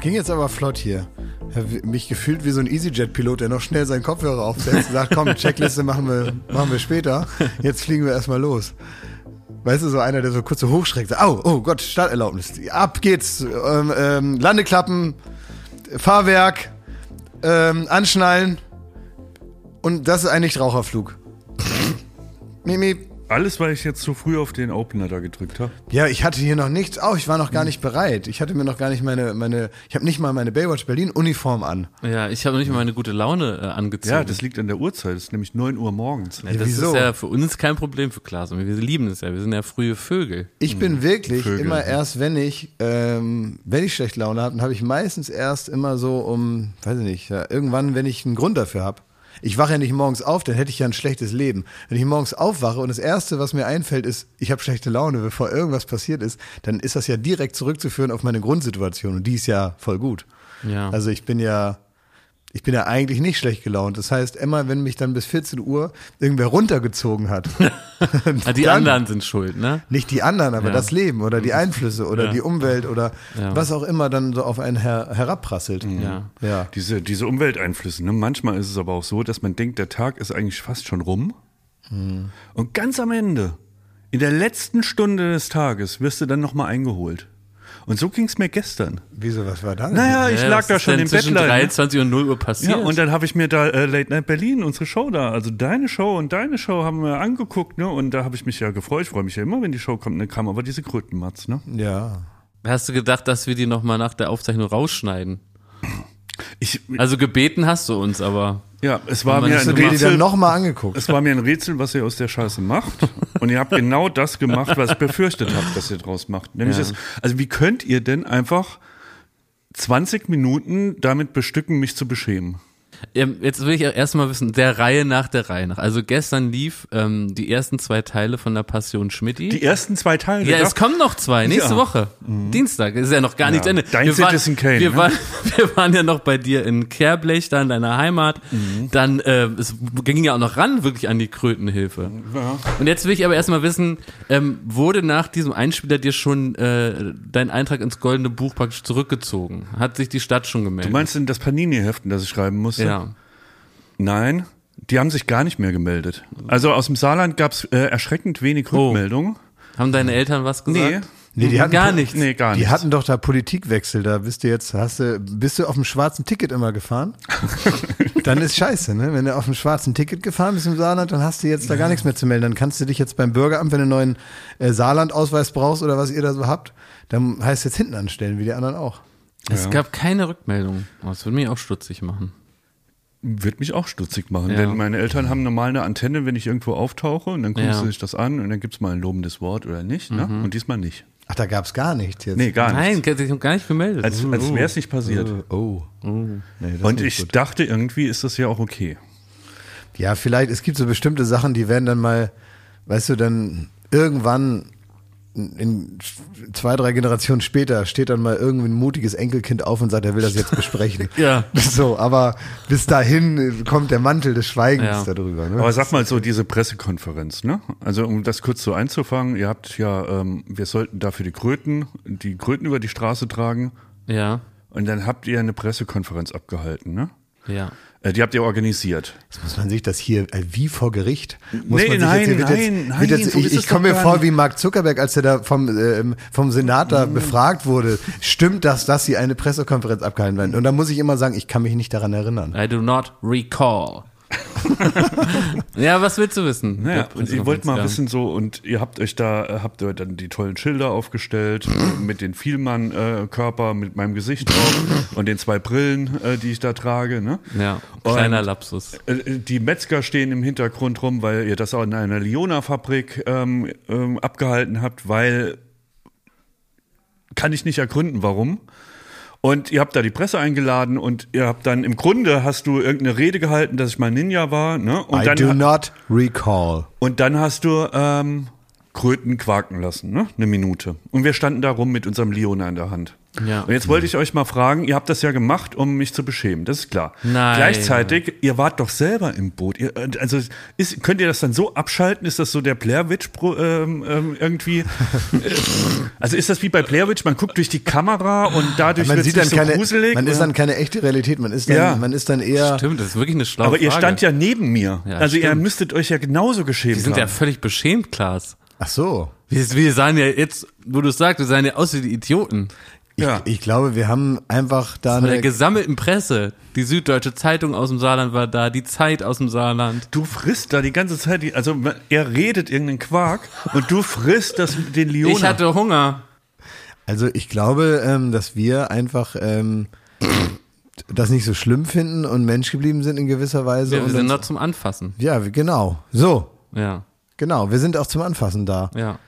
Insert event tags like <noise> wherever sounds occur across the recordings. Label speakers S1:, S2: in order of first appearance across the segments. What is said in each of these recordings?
S1: Ging jetzt aber flott hier. Hab mich gefühlt wie so ein EasyJet-Pilot, der noch schnell seinen Kopfhörer aufsetzt und sagt, komm, Checkliste machen wir, machen wir später. Jetzt fliegen wir erstmal los. Weißt du, so einer, der so kurz so hochschreckt. so, Au, oh Gott, Starterlaubnis. Ab geht's. Ähm, ähm, Landeklappen, Fahrwerk, ähm, anschnallen. Und das ist ein Nichtraucherflug. Mimi.
S2: Alles, weil ich jetzt zu früh auf den Opener da gedrückt habe.
S1: Ja, ich hatte hier noch nichts. Oh, ich war noch gar nicht bereit. Ich hatte mir noch gar nicht meine, meine, ich habe nicht mal meine Baywatch Berlin Uniform an.
S3: Ja, ich habe noch nicht mal meine gute Laune äh, angezogen.
S2: Ja, das liegt an der Uhrzeit. Es ist nämlich 9 Uhr morgens.
S3: Ja, das
S1: wieso?
S3: ist ja für uns kein Problem für Klaas. Und wir lieben es ja. Wir sind ja
S2: <laughs>
S3: frühe Vögel.
S1: Ich bin wirklich
S2: Vögel.
S1: immer erst, wenn ich, ähm, wenn ich schlecht Laune habe, dann habe ich meistens erst immer so um, weiß ich nicht, ja, irgendwann, wenn ich einen Grund dafür habe. Ich wache ja nicht morgens auf, dann hätte ich ja ein schlechtes Leben. Wenn ich morgens aufwache und das Erste, was mir einfällt, ist, ich habe schlechte Laune, bevor irgendwas passiert ist, dann ist das ja direkt zurückzuführen auf meine Grundsituation und die ist ja voll gut.
S3: Ja.
S1: Also ich bin ja, ich bin ja eigentlich nicht schlecht gelaunt. Das heißt, immer wenn mich dann bis 14 Uhr irgendwer runtergezogen hat,
S3: Ah, die
S1: dann-
S3: anderen sind schuld, ne?
S1: nicht die anderen, aber
S3: Ja.
S1: das Leben oder die Einflüsse oder
S3: Ja.
S1: die Umwelt oder
S3: Ja.
S1: was auch immer dann so auf einen her herabprasselt.
S3: Ja.
S1: Ja.
S2: Diese, diese Umwelteinflüsse. Ne? Manchmal ist es aber auch so, dass man denkt, der Tag ist eigentlich fast schon rum.
S3: Hm.
S2: Und ganz am Ende, in der letzten Stunde des Tages, wirst du dann nochmal eingeholt. Und so ging es mir gestern.
S1: Wieso, was war da? denn?
S2: Naja, ich
S3: Ja,
S2: lag
S3: was
S2: da
S3: ist
S2: schon
S3: denn
S2: im
S3: zwischen
S2: Bettlein. ne?
S3: 23 und 0 Uhr
S2: Ja,
S3: passiert.
S2: und dann habe ich mir da äh, Late Night Berlin, unsere Show da, also deine Show und deine Show haben wir angeguckt, ne? Und da habe ich mich ja gefreut. Ich freue mich ja immer, wenn die Show kommt, ne? Kam aber diese Krötenmatz, ne?
S3: Also
S1: Ja.
S3: hast du gedacht, dass wir die nochmal nach der Aufzeichnung rausschneiden?
S2: Ich,
S3: Also gebeten hast du uns, aber
S2: ja, es war
S3: Man
S2: mir
S3: ist
S2: ein
S3: so
S1: Hast du dir die
S2: Rätsel.
S1: dann nochmal angeguckt?
S2: Es war mir ein Rätsel, was ihr aus der Scheiße macht. Und ihr
S3: <laughs>
S2: habt genau das gemacht, was ich befürchtet habt, dass ihr draus macht. Nämlich
S3: Ja.
S2: das, also wie könnt ihr denn einfach 20 Minuten damit bestücken, mich zu beschämen?
S3: Ähm, Jetzt will ich erstmal wissen, der Reihe nach der Reihe nach. Also gestern lief ähm, die ersten zwei Teile von der Passion Schmidti.
S2: Die ersten zwei Teile.
S3: ja,
S2: da-
S3: es kommen noch zwei, nächste
S2: Ja. Mhm.
S3: Woche. Dienstag, ist ja noch gar nichts Ende.
S2: Dein Citizen Kane,
S3: Wir,
S2: ne?
S3: waren, <laughs> wir waren ja noch bei dir in Kerblech, da in deiner Heimat.
S2: Mhm.
S3: Dann, äh, es ging ja auch noch ran, wirklich an die Krötenhilfe. Und jetzt will ich aber erstmal wissen, ähm, wurde nach diesem Einspieler dir schon äh, dein Eintrag ins Goldene Buch praktisch zurückgezogen? Hat sich die Stadt schon gemeldet?
S2: Du meinst denn das Panini-Heften, das ich schreiben musste?
S3: ja.
S2: Nein, die haben sich gar nicht mehr gemeldet. Also aus dem Saarland gab es äh, erschreckend wenig
S3: Oh.
S2: Rückmeldungen.
S3: Haben deine Eltern was gesagt?
S1: Nee, die hatten
S3: Gar
S1: Po-
S3: nichts.
S2: Nee, gar
S1: Die
S2: nicht.
S1: hatten doch da Politikwechsel, da bist du jetzt, hast du, bist du auf dem schwarzen Ticket immer
S3: <laughs>
S1: gefahren? dann ist scheiße, ne? Wenn du auf dem schwarzen Ticket gefahren bist im Saarland, dann hast du jetzt da gar nichts mehr zu melden. Dann kannst du dich jetzt beim Bürgeramt, wenn du einen neuen äh, Saarland-Ausweis brauchst oder was ihr da so habt, dann heißt es jetzt hinten anstellen, wie die anderen auch.
S3: Es
S2: Ja.
S3: gab keine Rückmeldung. Oh, das würde mich auch stutzig machen.
S2: Wird mich auch stutzig machen,
S3: Ja.
S2: denn meine Eltern haben normal eine Antenne, wenn ich irgendwo auftauche und dann gucken
S3: Ja.
S2: sie sich das an und dann gibt es mal ein lobendes Wort oder nicht. Ne?
S1: Mhm.
S2: Und diesmal nicht.
S1: Ach, da gab's gar nichts jetzt.
S2: Nee, gar
S3: Nein,
S2: nicht.
S3: die haben gar nicht gemeldet.
S2: Als, als wäre es nicht passiert.
S1: Oh. Nee, Uh. das
S2: und
S1: ist nicht
S2: ich
S1: gut.
S2: dachte, irgendwie ist das ja auch okay.
S1: Ja, vielleicht, es gibt so bestimmte Sachen, die werden dann mal, weißt du, dann irgendwann in zwei, drei Generationen später steht dann mal irgendwie ein mutiges Enkelkind auf und sagt, er will das jetzt besprechen.
S3: Ja.
S1: So, aber bis dahin kommt der Mantel des Schweigens
S3: Ja.
S1: darüber. Ne?
S2: Aber sag mal so, diese Pressekonferenz, ne? Also um das kurz so einzufangen, ihr habt ja, ähm, wir sollten dafür die Kröten, die Kröten über die Straße tragen.
S3: ja,
S2: Und dann habt ihr eine Pressekonferenz abgehalten, ne?
S3: ja.
S2: Äh, die habt ihr organisiert.
S1: Jetzt muss man sich das hier äh, wie vor Gericht? Muss
S2: Nee,
S1: man sich
S2: nein,
S1: hier- wird
S2: nein, nein,
S1: wird jetzt,
S2: so
S1: ich
S2: ist es
S1: ich komme
S2: doch
S1: mir
S2: gar
S1: vor
S2: nicht. Mhm.
S1: wie Mark Zuckerberg, als er da vom, ähm, vom Senat da befragt wurde. Stimmt das, dass sie eine Pressekonferenz abgehalten werden? Und da muss ich immer sagen, ich kann mich nicht daran erinnern.
S3: I do not
S1: <laughs>
S3: recall. ja, was willst du wissen?
S2: Naja,
S3: Der
S2: und ihr wollt mal
S3: Ja.
S2: wissen so, und ihr habt euch da, äh, habt ihr dann die tollen Schilder
S3: <laughs>
S2: aufgestellt, äh, mit den Vielmann-Körper, äh, mit meinem Gesicht
S3: <laughs>
S2: drauf und den zwei Brillen, äh, die ich da trage, ne?
S3: Ja,
S2: Und,
S3: kleiner Lapsus.
S2: äh, Die Metzger stehen im Hintergrund rum, weil ihr das auch in einer Leona-Fabrik ähm, ähm, abgehalten habt, weil kann ich nicht ergründen, warum. Und ihr habt da die Presse eingeladen und ihr habt dann im Grunde hast du irgendeine Rede gehalten, dass ich mal Ninja war, ne? Und
S1: I
S2: dann
S1: do not recall.
S2: Und dann hast du ähm, Kröten quaken lassen, ne? Eine Minute. Und wir standen da rum mit unserem Leona in der Hand.
S3: Ja.
S2: Und jetzt wollte ich euch mal fragen, ihr habt das ja gemacht, um mich zu beschämen, das ist klar.
S3: Nein.
S2: Gleichzeitig, ihr wart doch selber im Boot. Ihr, also ist, könnt ihr das dann so abschalten? Ist das so der Blairwitch ähm, ähm,
S3: <laughs>
S2: irgendwie? also ist das wie bei Blairwitch, man guckt durch die Kamera und dadurch
S1: Man
S2: wird es
S1: sieht dann
S2: so
S1: keine,
S2: gruselig?
S1: man ist
S2: oder?
S1: dann keine echte Realität, man ist dann,
S2: Ja.
S1: man ist dann eher,
S3: Stimmt, das ist wirklich eine schlaue
S2: Aber ihr
S3: Frage.
S2: stand ja neben mir.
S3: Ja,
S2: also ihr
S3: stimmt.
S2: müsstet euch ja genauso geschämt
S3: Die sind ja
S2: haben.
S3: völlig beschämt, Klaas.
S1: ach so.
S3: Wir, wir sahen ja jetzt, wo du es sagst, wir sahen ja aus wie die Idioten.
S1: Ich,
S2: Ja.
S1: ich glaube, wir haben einfach da
S3: Von der
S1: eine,
S3: gesammelten Presse. Die Süddeutsche Zeitung aus dem Saarland war da, die Zeit aus dem Saarland.
S2: Du frisst da die ganze Zeit, die, also er redet irgendeinen Quark und du frisst das, den Leona.
S3: Ich hatte Hunger.
S1: also ich glaube, ähm, dass wir einfach, ähm, das nicht so schlimm finden und Mensch geblieben sind in gewisser Weise.
S3: Wir,
S1: und
S3: wir sind
S1: uns-
S3: noch zum Anfassen.
S1: ja, genau. So,
S3: Ja,
S1: genau. Wir sind auch zum Anfassen da.
S3: ja.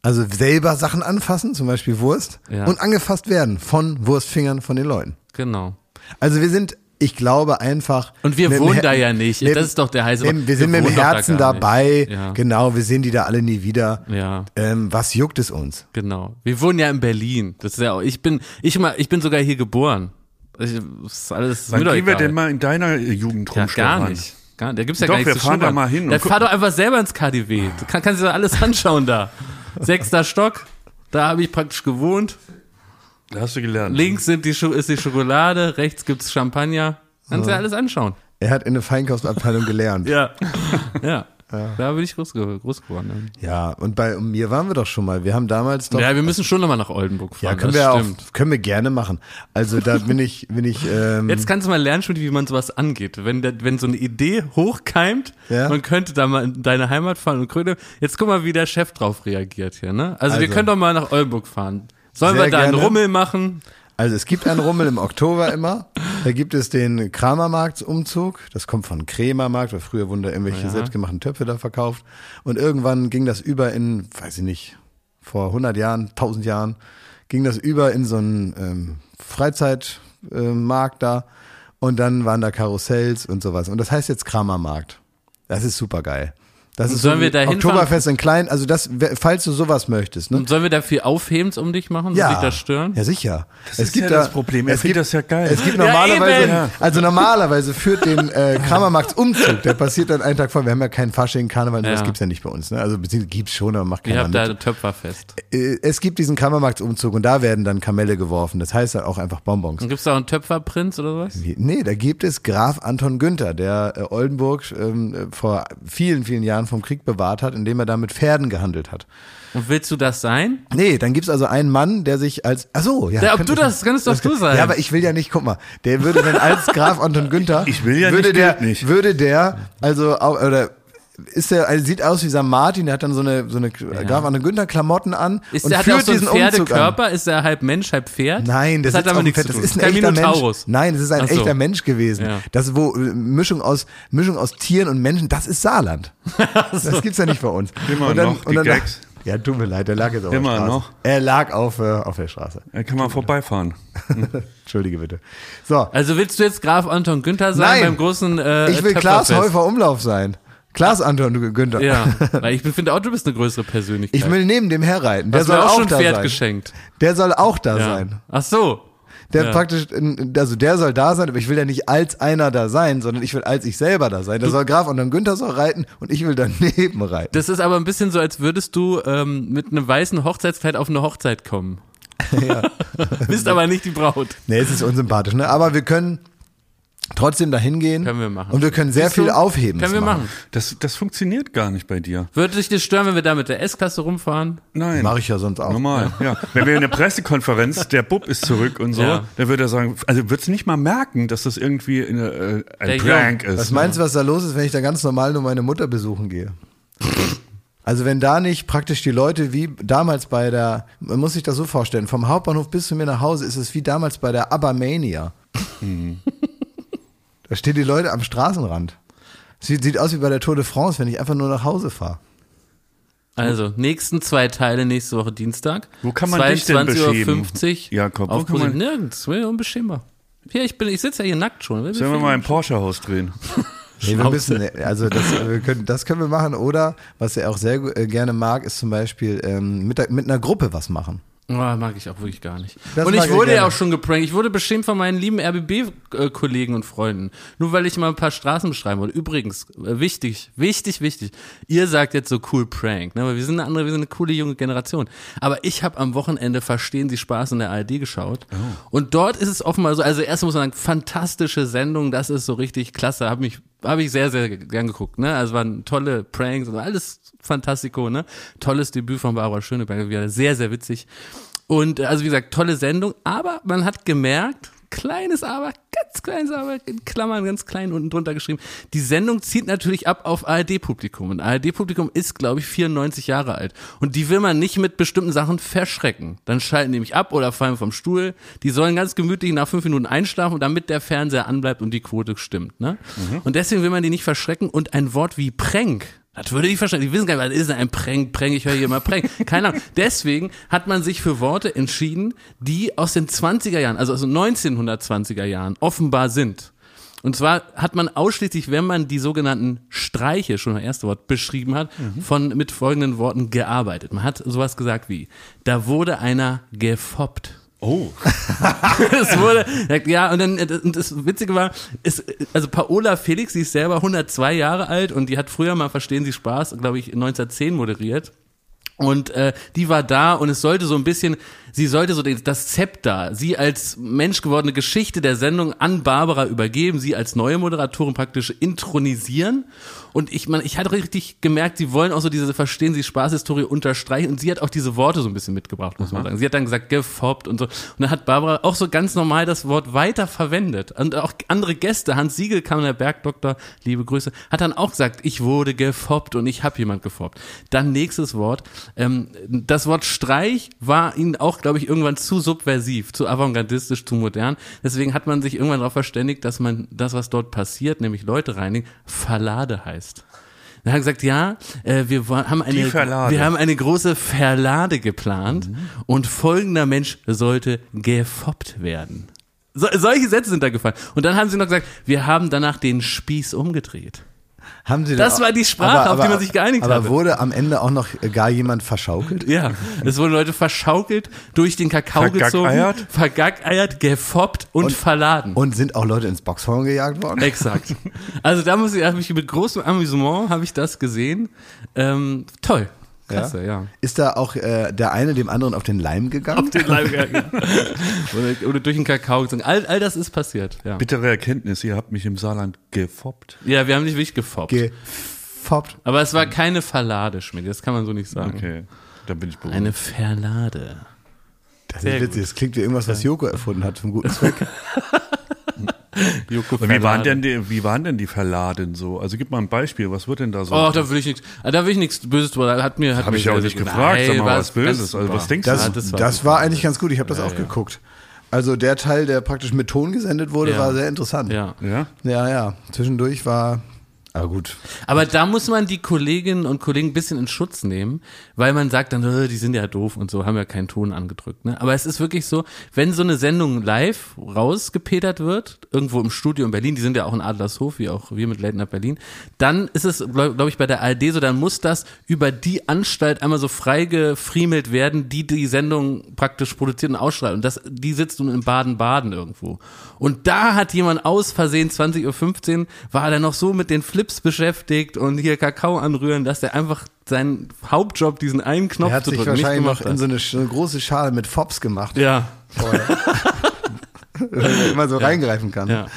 S1: Also selber Sachen anfassen, zum Beispiel Wurst,
S3: Ja.
S1: und angefasst werden von Wurstfingern von den Leuten.
S3: Genau.
S1: Also wir sind, ich glaube einfach.
S3: Und wir
S1: mit dem
S3: wohnen
S1: Her-
S3: da ja nicht.
S1: mit-
S3: Das ist doch der heiße
S1: mit-
S3: Wort.
S1: Wir sind mit
S3: Wir
S1: dem
S3: wohnen doch da
S1: Herzen
S3: gar nicht.
S1: dabei.
S3: Ja.
S1: Genau, wir sehen die da alle nie wieder.
S3: Ja.
S1: Ähm, was juckt es uns?
S3: Genau. Wir wohnen ja in Berlin. Das ist ja auch, ich bin, ich mal, ich bin sogar hier geboren. Ich, das ist alles
S2: Wann
S3: mir doch
S2: gehen wir
S3: egal.
S2: denn mal in deiner äh, Jugend
S3: ja,
S2: rum,
S3: gar
S2: Stefan?
S3: nicht. Gar, da gibt's ja
S2: Doch,
S3: gar nichts
S2: wir
S3: zu
S2: fahren da
S3: schnuppern.
S2: mal hin und
S3: Dann
S2: gu-
S3: fahr doch einfach selber ins KDW. Du kann, kannst dir alles anschauen da. Sechster Stock. Da habe ich praktisch gewohnt.
S2: Da hast du gelernt.
S3: Links sind die, Scho- ist die Schokolade, rechts gibt's Champagner. Kannst dir alles anschauen.
S1: Er hat in der
S3: <laughs>
S1: Feinkostabteilung gelernt. ja.
S3: Ja. ja. Da bin ich groß, ge- groß geworden.
S1: und bei mir waren wir doch schon mal. Wir haben damals doch.
S3: Ja, wir müssen schon nochmal nach Oldenburg fahren.
S1: Ja, können
S3: das
S1: wir auch,
S3: stimmt.
S1: können wir gerne machen. Also da bin ich, bin ich. Ähm,
S3: Jetzt kannst du mal lernen, Schmidt, wie man sowas angeht. Wenn, der, wenn so eine Idee hochkeimt,
S1: Ja.
S3: man könnte da mal in deine Heimat fahren und Kröte. Jetzt guck mal, wie der Chef drauf reagiert hier. Ne? Also, wir
S1: Also.
S3: können doch mal nach Oldenburg fahren. Sollen
S1: Sehr
S3: wir da einen
S1: gerne.
S3: Rummel machen?
S1: Also es gibt einen Rummel im Oktober immer. Da gibt es den Kramermarktsumzug. Das kommt von Krämermarkt, weil früher wurden da irgendwelche selbstgemachten Töpfe da verkauft. Und irgendwann ging das über in, weiß ich nicht, vor 100 Jahren, 1000 Jahren, ging das über in so einen ähm, Freizeitmarkt äh, Markt da. Und dann waren da Karussells und sowas. Und das heißt jetzt Kramermarkt. Das ist super geil. Das ist
S3: sollen
S1: so
S3: wir
S1: wie
S3: da hinfahren?
S1: Oktoberfest in klein. Also das, wer- falls du sowas möchtest, ne?
S3: Und sollen wir da viel Aufhebens um dich machen? Soll dich das stören?
S1: Ja, sicher. es
S2: ist ja das Problem. Er
S1: es
S2: findet
S1: gibt
S2: das ja geil.
S1: Es gibt
S3: Ja,
S1: normalerweise,
S3: eben. Ja.
S1: also normalerweise führt den äh, Kramermarkts Umzug, der passiert dann einen Tag vor. Wir haben ja keinen Fasching, Karneval,
S3: Ja.
S1: das gibt's ja nicht bei uns. Ne? Also beziehungsweise gibt's schon, aber macht
S3: Ich
S1: keiner
S3: hab da
S1: mit.
S3: Töpferfest.
S1: Äh, Es gibt diesen Kramermarktsumzug und da werden dann Kamelle geworfen. Das heißt dann auch einfach Bonbons.
S3: Und gibt's da auch einen Töpferprinz oder was?
S1: Wie- Nee, da gibt es Graf Anton Günther, der äh, Oldenburg ähm, äh, vor vielen, vielen Jahren vom Krieg bewahrt hat, indem er da mit Pferden gehandelt hat.
S3: Und willst du das sein?
S1: Nee, dann gibt's also einen Mann, der sich als. Ach so, ja.
S3: Ja, ob
S1: könnte-
S3: du das, kannst doch du sein.
S1: Ja, aber ich will ja nicht, guck mal, der würde dann als
S3: <laughs>
S1: Graf Anton Günther,
S2: Ich will ja
S1: würde
S2: nicht,
S1: der,
S2: gilt nicht.
S1: würde der, also, au- oder, ist der, also sieht aus wie Sam Martin, der hat dann so eine, so eine Graf Anton Günther Klamotten an
S3: ist
S1: und
S3: der, hat er auch
S1: führt
S3: so einen
S1: diesen Umzug an.
S3: Pferdekörper? Ist er halb Mensch, halb Pferd?
S1: Nein, das,
S3: das hat
S1: sitzt
S3: aber
S1: auf dem
S3: nichts
S1: Pferd.
S3: zu
S1: Das
S3: tun.
S1: ist ein
S3: Kein
S1: echter Mensch.
S3: Minotaurus.
S1: Nein, das ist ein
S3: Ach so.
S1: echter Mensch gewesen.
S3: Ja.
S1: Das ist wo äh, Mischung aus Mischung aus Tieren und Menschen. Das ist
S3: <laughs>
S1: Saarland. Das gibt's ja nicht bei uns.
S2: Immer
S1: und dann,
S2: noch die
S1: und dann,
S2: Gags.
S1: Ja, tut mir leid, der lag jetzt auf
S2: Immer
S1: der Straße.
S2: noch.
S1: Er lag auf, äh, auf der Straße.
S2: Da kann man vorbeifahren.
S1: Entschuldige bitte. So,
S3: Also willst du jetzt Graf Anton Günther sein
S1: Nein.
S3: beim großen äh,
S1: ich will Klaas
S3: Töpferfest?
S1: Häufer Umlauf sein. Klaas Anton Gü- Günther.
S3: Ja, weil ich finde auch, du bist eine größere Persönlichkeit.
S1: <laughs> Ich will neben dem herreiten. Der
S3: Hast du
S1: soll
S3: mir auch
S1: auch,
S3: schon ein
S1: da
S3: Pferd
S1: sein.
S3: geschenkt.
S1: Der soll auch da
S3: Ja.
S1: sein.
S3: Ach so.
S1: Der
S3: Ja.
S1: praktisch, in- also der soll da sein, aber ich will ja nicht als einer da sein, sondern ich will als ich selber da sein. Der soll Graf Anton Günther soll reiten und ich will daneben reiten.
S3: Das ist aber ein bisschen so, als würdest du ähm, mit einem weißen Hochzeitskleid auf eine Hochzeit
S1: <laughs>
S3: kommen. <laughs> bist aber nicht die Braut.
S1: Nee, es ist unsympathisch, ne? Aber wir können trotzdem dahin gehen.
S3: Können wir machen.
S1: Und wir können sehr
S3: Siehst
S1: viel
S3: du?
S1: aufheben.
S3: Können wir machen.
S2: Das, das funktioniert gar nicht bei dir.
S3: Würde dich das stören, wenn wir da mit der S-Klasse rumfahren?
S2: Nein.
S1: Mache ich ja sonst auch.
S2: Normal, ja. Wenn wir in der Pressekonferenz, der Bub ist zurück und so,
S3: Ja.
S2: dann würde er sagen, also wird's nicht mal merken, dass das irgendwie eine, äh, ein
S3: Der
S2: Prank ist.
S1: Was meinst du, was da los ist, wenn ich da ganz normal nur meine Mutter besuchen gehe? Also wenn da nicht praktisch die Leute wie damals bei der, man muss sich das so vorstellen, vom Hauptbahnhof bis zu mir nach Hause ist es wie damals bei der Abba-Mania. da stehen die Leute am Straßenrand. Sieht, sieht aus wie bei der Tour de France, wenn ich einfach nur nach Hause fahre.
S3: Also, nächsten zwei Teile nächste Woche Dienstag.
S2: Wo kann man dich denn
S3: 22.50 Uhr.
S2: beschämen, Jakob? Wo
S3: auf
S2: kann man-
S3: Pro- Nirgends. Ich bin unbeschämbar. Hier, ich, bin- ich sitze ja hier nackt schon.
S2: Sollen wir mal im Porsche-Haus drehen?
S1: Nee, wir
S3: Schnauze.
S1: müssen, also das, wir können, das können äh, wir machen oder was er auch sehr gu- äh, gerne mag, ist zum Beispiel ähm, mit, der, mit einer Gruppe was machen.
S3: Oh, mag ich auch wirklich gar nicht.
S1: Das
S3: und
S1: mag
S3: ich
S1: ich
S3: wurde ja
S1: gerne.
S3: auch schon geprankt. Ich wurde beschimpft von meinen lieben RBB-Kollegen und Freunden. Nur weil ich mal ein paar Straßen beschreiben wollte. Übrigens, äh, wichtig, wichtig, wichtig. Ihr sagt jetzt so cool Prank, ne? Aber wir sind eine andere, wir sind eine coole junge Generation. Aber ich habe am Wochenende Verstehen Sie Spaß in der ARD geschaut. Und dort ist es offenbar so, also erst muss man sagen, fantastische Sendung, das ist so richtig klasse. Hab mich, habe ich sehr, sehr gern geguckt, ne? Also waren tolle Pranks und alles fantastico, ne? Tolles Debüt von Barbara Schöneberger, wieder sehr, sehr witzig. Und äh, also wie gesagt, tolle Sendung, aber man hat gemerkt, kleines aber, ganz kleines aber, in Klammern ganz klein unten drunter geschrieben, die Sendung zieht natürlich ab auf ARD-Publikum und ARD-Publikum ist, glaube ich, 94 Jahre alt und die will man nicht mit bestimmten Sachen verschrecken. Dann schalten die mich ab oder fallen vom Stuhl, die sollen ganz gemütlich nach fünf Minuten einschlafen, damit der Fernseher anbleibt und die Quote stimmt. Ne? Und deswegen will man die nicht verschrecken und ein Wort wie Pränk das würde ich verstehen. Die wissen gar nicht, was ist denn ein Prank, Prank, ich höre hier immer Prank. Keine Ahnung. Deswegen hat man sich für Worte entschieden, die aus den 20er Jahren, also aus den 1920er Jahren offenbar sind. Und zwar hat man ausschließlich, wenn man die sogenannten Streiche, schon das erste Wort, beschrieben hat, von mit folgenden Worten gearbeitet. Man hat sowas gesagt wie, da wurde einer gefoppt.
S2: Oh,
S3: <laughs> Es wurde, ja, und dann, und das Witzige war, ist, also Paola Felix, sie ist selber 102 Jahre alt und die hat früher mal Verstehen Sie Spaß, glaube ich, 1910 moderiert. Und äh, die war da und es sollte so ein bisschen, sie sollte so den, das Zepter, sie als Mensch gewordene Geschichte der Sendung an Barbara übergeben, sie als neue Moderatorin praktisch intronisieren. Und ich man, ich hatte richtig gemerkt, sie wollen auch so diese Verstehen Sie Spaßhistorie unterstreichen. Und sie hat auch diese Worte so ein bisschen mitgebracht, muss man sagen. Sie hat dann gesagt, gefoppt und so. Und dann hat Barbara auch so ganz normal das Wort weiter verwendet. Und auch andere Gäste, Hans Siegel kam der Bergdoktor, liebe Grüße, hat dann auch gesagt, ich wurde gefoppt und ich habe jemand gefoppt. Dann nächstes Wort. Ähm, das Wort Streich war ihnen auch, glaube ich, irgendwann zu subversiv, zu avantgardistisch, zu modern. Deswegen hat man sich irgendwann darauf verständigt, dass man das, was dort passiert, nämlich Leute reinigen, Verlade heißt. Dann haben gesagt, ja, äh, wir wa- haben eine,
S2: Verlade.
S3: wir haben eine große Verlade geplant und folgender Mensch sollte gefoppt werden. So, solche Sätze sind da gefallen. Und dann haben sie noch gesagt, wir haben danach den Spieß umgedreht.
S1: Haben Sie
S3: Das
S1: auch-
S3: war die Sprache, auf die man sich geeinigt
S1: aber
S3: hatte.
S1: Aber wurde am Ende auch noch gar jemand verschaukelt?
S2: <laughs>
S3: Ja, es wurden Leute verschaukelt, durch den Kakao
S2: Vergackeiert.
S3: gezogen, vergackeiert, gefoppt und, verladen.
S1: Und sind auch Leute ins Boxhorn gejagt worden?
S3: <laughs> Exakt. Also da muss ich, habe ich mit großem Amüsement habe ich das gesehen. Ähm, toll. Klasse, ja.
S1: Ist da auch äh, der eine dem anderen auf den Leim gegangen?
S3: Den Leib <laughs> gegangen. oder, oder durch den Kakao gezogen. All, all das ist passiert. Ja.
S2: bittere Erkenntnis, ihr habt mich im Saarland gefoppt.
S3: ja, wir haben nicht wirklich gefoppt.
S1: Gefoppt.
S3: Aber es war keine Verlade, Schmidt. Das kann man so nicht sagen.
S2: Okay, da bin ich beruhigt.
S3: Eine Verlade.
S1: Das
S3: Sehr
S1: ist witzig.
S3: gut.
S1: Das klingt wie irgendwas, was Joko erfunden hat zum guten Zweck.
S3: Joko
S2: Und wie waren,
S3: Verlade.
S2: denn die, wie waren denn die Verladen so? Also gib mal ein Beispiel, was wird denn da so?
S3: Oh, da will ich nichts. Da will ich nichts Böses drüber. Hat mir hat
S2: Hab
S3: mir
S2: ich ja auch
S3: sehr,
S2: nicht
S3: sehr gut-
S2: gefragt, sag mal,
S3: war
S2: was
S3: ganz
S2: Böses. Also, was
S3: super.
S2: denkst du?
S1: Das,
S3: Ja,
S1: das
S3: das
S1: war,
S3: war
S1: eigentlich ganz gut. Ich habe das auch geguckt. Also der Teil, der praktisch mit Ton gesendet wurde,
S3: Ja.
S1: war sehr interessant.
S3: Ja.
S2: ja?
S1: ja, ja. Zwischendurch war. Aber gut.
S3: Aber da muss man die Kolleginnen und Kollegen ein bisschen in Schutz nehmen, weil man sagt dann, äh, die sind ja doof und so, haben ja keinen Ton angedrückt. Ne? Aber es ist wirklich so, wenn so eine Sendung live rausgepetert wird, irgendwo im Studio in Berlin, die sind ja auch in Adlershof, wie auch wir mit Late Night Berlin, dann ist es, glaube glaub ich, bei der ARD so, dann muss das über die Anstalt einmal so freigefriemelt werden, die die Sendung praktisch produziert und ausstrahlt. Und das, die sitzt nun in Baden-Baden irgendwo. Und da hat jemand aus Versehen 20.15 Uhr war er noch so mit den Flips beschäftigt und hier Kakao anrühren, dass er einfach seinen Hauptjob, diesen einen Knopf
S1: Er hat
S3: zu
S1: sich
S3: drücken, nicht
S1: wahrscheinlich noch
S3: gemacht
S1: in
S3: hat.
S1: so eine, so eine große Schale mit Fops gemacht,
S3: Ja,
S1: <laughs> wo er immer so reingreifen kann.
S3: ja.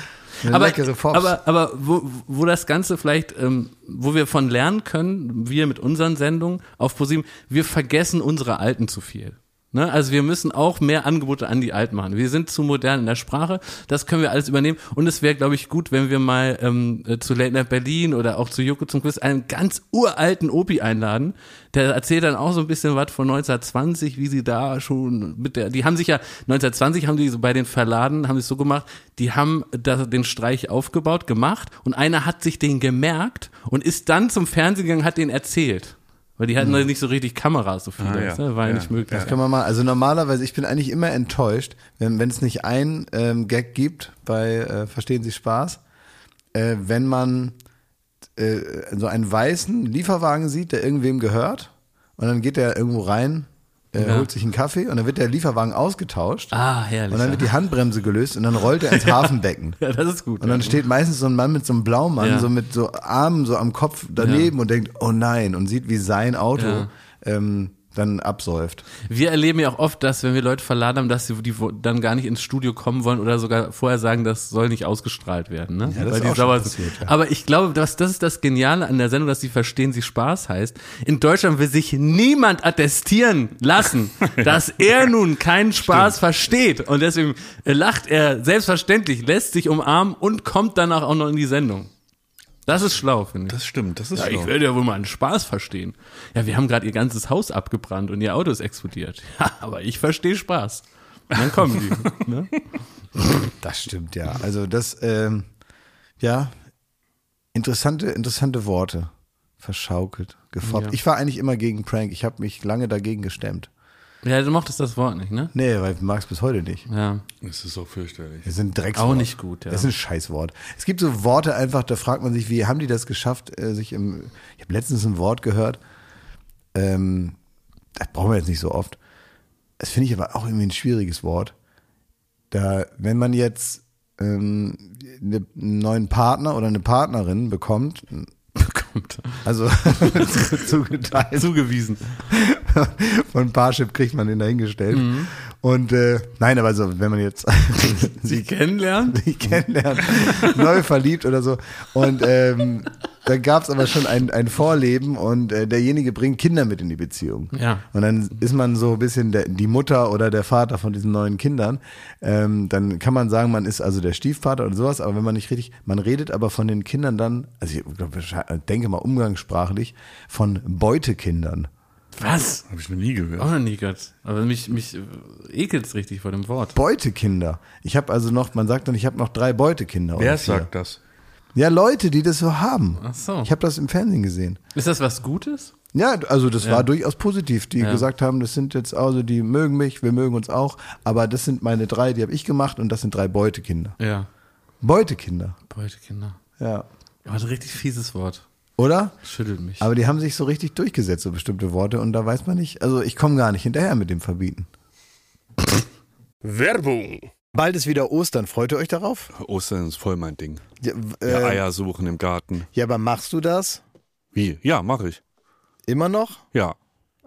S1: Eine
S3: Aber,
S1: leckere Fops.
S3: aber, aber wo, wo das Ganze vielleicht, ähm, wo wir von lernen können, wir mit unseren Sendungen auf ProSieben, wir vergessen unsere Alten zu viel. Ne? Also wir müssen auch mehr Angebote an die Alten machen. Wir sind zu modern in der Sprache, das können wir alles übernehmen. Und es wäre, glaube ich, gut, wenn wir mal ähm, äh, zu Late Night Berlin oder auch zu Joko zum Quiz einen ganz uralten Opi einladen. Der erzählt dann auch so ein bisschen was von 1920, wie sie da schon mit der, die haben sich ja, 1920 haben die so bei den Verladen, haben es so gemacht, die haben da den Streich aufgebaut, gemacht und einer hat sich den gemerkt und ist dann zum Fernsehen gegangen, hat den erzählt. Weil die hatten nicht so richtig Kameras, so viele,
S2: Ah, ja.
S3: weißt du? war ja,
S2: Ja.
S3: nicht möglich.
S1: Das kann man mal, also normalerweise, ich bin eigentlich immer enttäuscht, wenn wenn es nicht ein ähm, Gag gibt bei äh, Verstehen Sie Spaß, äh, wenn man äh, so einen weißen Lieferwagen sieht, der irgendwem gehört und dann geht der irgendwo rein äh,
S3: Ja.
S1: holt sich einen Kaffee und dann wird der Lieferwagen ausgetauscht
S3: Ah,
S1: und dann
S3: herrlich.
S1: wird die Handbremse gelöst und dann rollt er ins Hafenbecken.
S3: <laughs> Ja, das ist gut.
S1: Und dann steht meistens so ein Mann mit so einem Blaumann,
S3: Ja.
S1: so mit so Armen so am Kopf daneben und denkt, oh nein, und sieht, wie sein Auto
S3: Ja.
S1: ähm, dann absäuft.
S3: Wir erleben ja auch oft, dass wenn wir Leute verladen haben, dass sie die wo- dann gar nicht ins Studio kommen wollen oder sogar vorher sagen, das soll nicht ausgestrahlt werden, ne?
S1: das ist
S3: die
S1: auch schon
S3: sauer sind.
S1: passiert, ja.
S3: Aber ich glaube, das, das ist das Geniale an der Sendung, dass sie verstehen, sie Spaß heißt. In Deutschland will sich niemand attestieren lassen,
S1: <laughs>
S3: dass er nun keinen Spaß versteht. Und deswegen äh, lacht er selbstverständlich, lässt sich umarmen und kommt danach auch noch in die Sendung. Das ist schlau, finde ich.
S2: Das stimmt, das ist
S3: Ja, ich
S2: schlau.
S3: werde ja wohl mal einen Spaß verstehen. Ja, wir haben gerade ihr ganzes Haus abgebrannt und ihr Auto ist explodiert. <laughs> Ja, aber ich verstehe Spaß. Und dann kommen die. ne?
S1: Das stimmt, ja. Also das, ähm, ja, interessante, interessante Worte. Verschaukelt, gefoppt.
S3: Ja.
S1: Ich war eigentlich immer gegen Prank. Ich habe mich lange dagegen gestemmt.
S3: Ja, du mochtest das Wort nicht, ne?
S1: Nee, weil ich mag es bis heute nicht.
S3: Ja. <laughs>
S2: Das ist so fürchterlich.
S1: Das sind Dreckswort.
S3: Auch nicht gut, ja.
S1: Das ist ein Scheißwort. Es gibt so Worte einfach, da fragt man sich, wie haben die das geschafft, äh, sich im. Ich habe letztens ein Wort gehört, ähm, das brauchen wir jetzt nicht so oft. Das finde ich aber auch irgendwie ein schwieriges Wort. Da, wenn man jetzt ähm, ne- einen neuen Partner oder eine Partnerin bekommt,
S3: Bekommt.
S1: also
S3: <laughs>
S1: zugeteilt
S3: Zugewiesen.
S1: von Parship kriegt man den dahingestellt.
S3: Mhm.
S1: Und äh, nein, aber so, wenn man jetzt
S3: <laughs>
S1: <laughs>
S3: Sie kennenlernen?
S1: die kennenlernen, neu verliebt oder so. Und ähm, da gab es aber schon ein, ein Vorleben und äh, derjenige bringt Kinder mit in die Beziehung.
S3: Ja.
S1: Und dann ist man so ein bisschen der, die Mutter oder der Vater von diesen neuen Kindern. Ähm, dann kann man sagen, man ist also der Stiefvater oder sowas, aber wenn man nicht richtig, man redet aber von den Kindern dann, also ich glaub, ich denke mal umgangssprachlich, von Beutekindern.
S3: Was?
S2: Habe ich noch nie
S3: Auch
S2: gehört.
S3: noch nie gehört. Aber mich, mich äh, ekelt's richtig vor dem Wort.
S1: Beutekinder. Ich habe also noch, man sagt dann, ich habe noch drei Beutekinder. oder
S2: Wer
S1: vier.
S2: sagt das?
S1: Ja, Leute, die das so haben.
S3: Ach so.
S1: Ich habe das im Fernsehen gesehen.
S3: Ist das was Gutes?
S1: Ja, also das war durchaus positiv, die gesagt haben, das sind jetzt also die mögen mich, wir mögen uns auch, aber das sind meine drei, die habe ich gemacht und das sind drei Beutekinder.
S3: Ja.
S1: Beutekinder,
S3: Beutekinder.
S1: ja,
S3: Aber ein richtig fieses Wort.
S1: oder?
S3: Schüttelt mich.
S1: Aber die haben sich so richtig durchgesetzt so bestimmte Worte und da weiß man nicht, also ich komme gar nicht hinterher mit dem Verbieten.
S4: Werbung.
S1: Bald ist wieder Ostern, freut ihr euch darauf?
S2: Ostern ist voll mein Ding.
S1: Ja, äh,
S2: Ja,
S5: Ähm.
S2: Eier suchen im Garten.
S1: ja aber machst du das
S2: Wie? Ja, mache ich.
S1: immer noch?
S2: Ja.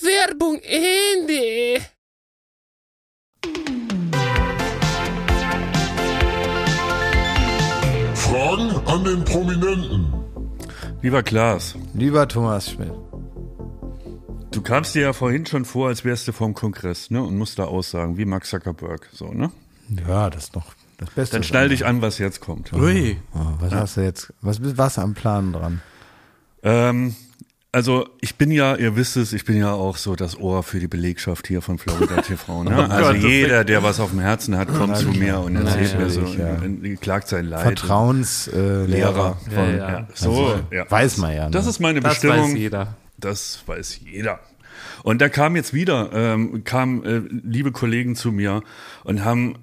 S4: Werbung Ende.
S6: Fragen an den Prominenten.
S2: Lieber Klaas,
S1: Lieber Thomas Schmidt.
S2: du kamst dir ja vorhin schon vor, als wärst du vom Kongress, ne? Und musst da aussagen, wie Mark Zuckerberg. So, ne?
S1: Ja, das ist noch das Beste. Oh,
S2: Dann schnall dich an, was jetzt kommt.
S3: Ui.
S1: was hast du jetzt? Was warst du am Plan dran?
S2: Ähm, also ich bin ja, ihr wisst es, ich bin ja auch so das Ohr für die Belegschaft hier von Florida TV. Ne? also
S3: Gott, das
S2: jeder, der was auf dem Herzen hat, kommt zu mir und erzählt mir so, äh,
S1: natürlich,
S2: klagt sein Leid.
S1: Vertrauenslehrer.
S2: Lehrer.
S3: Ja,
S2: Von,
S3: ja.
S2: ja. So, ja.
S1: äh, Weiß man ja. Ne?
S2: Das ist meine
S3: Das
S2: Bestimmung.
S3: weiß jeder.
S2: Das weiß jeder. Und da kam jetzt wieder, ähm, kamen äh, liebe Kollegen zu mir und haben,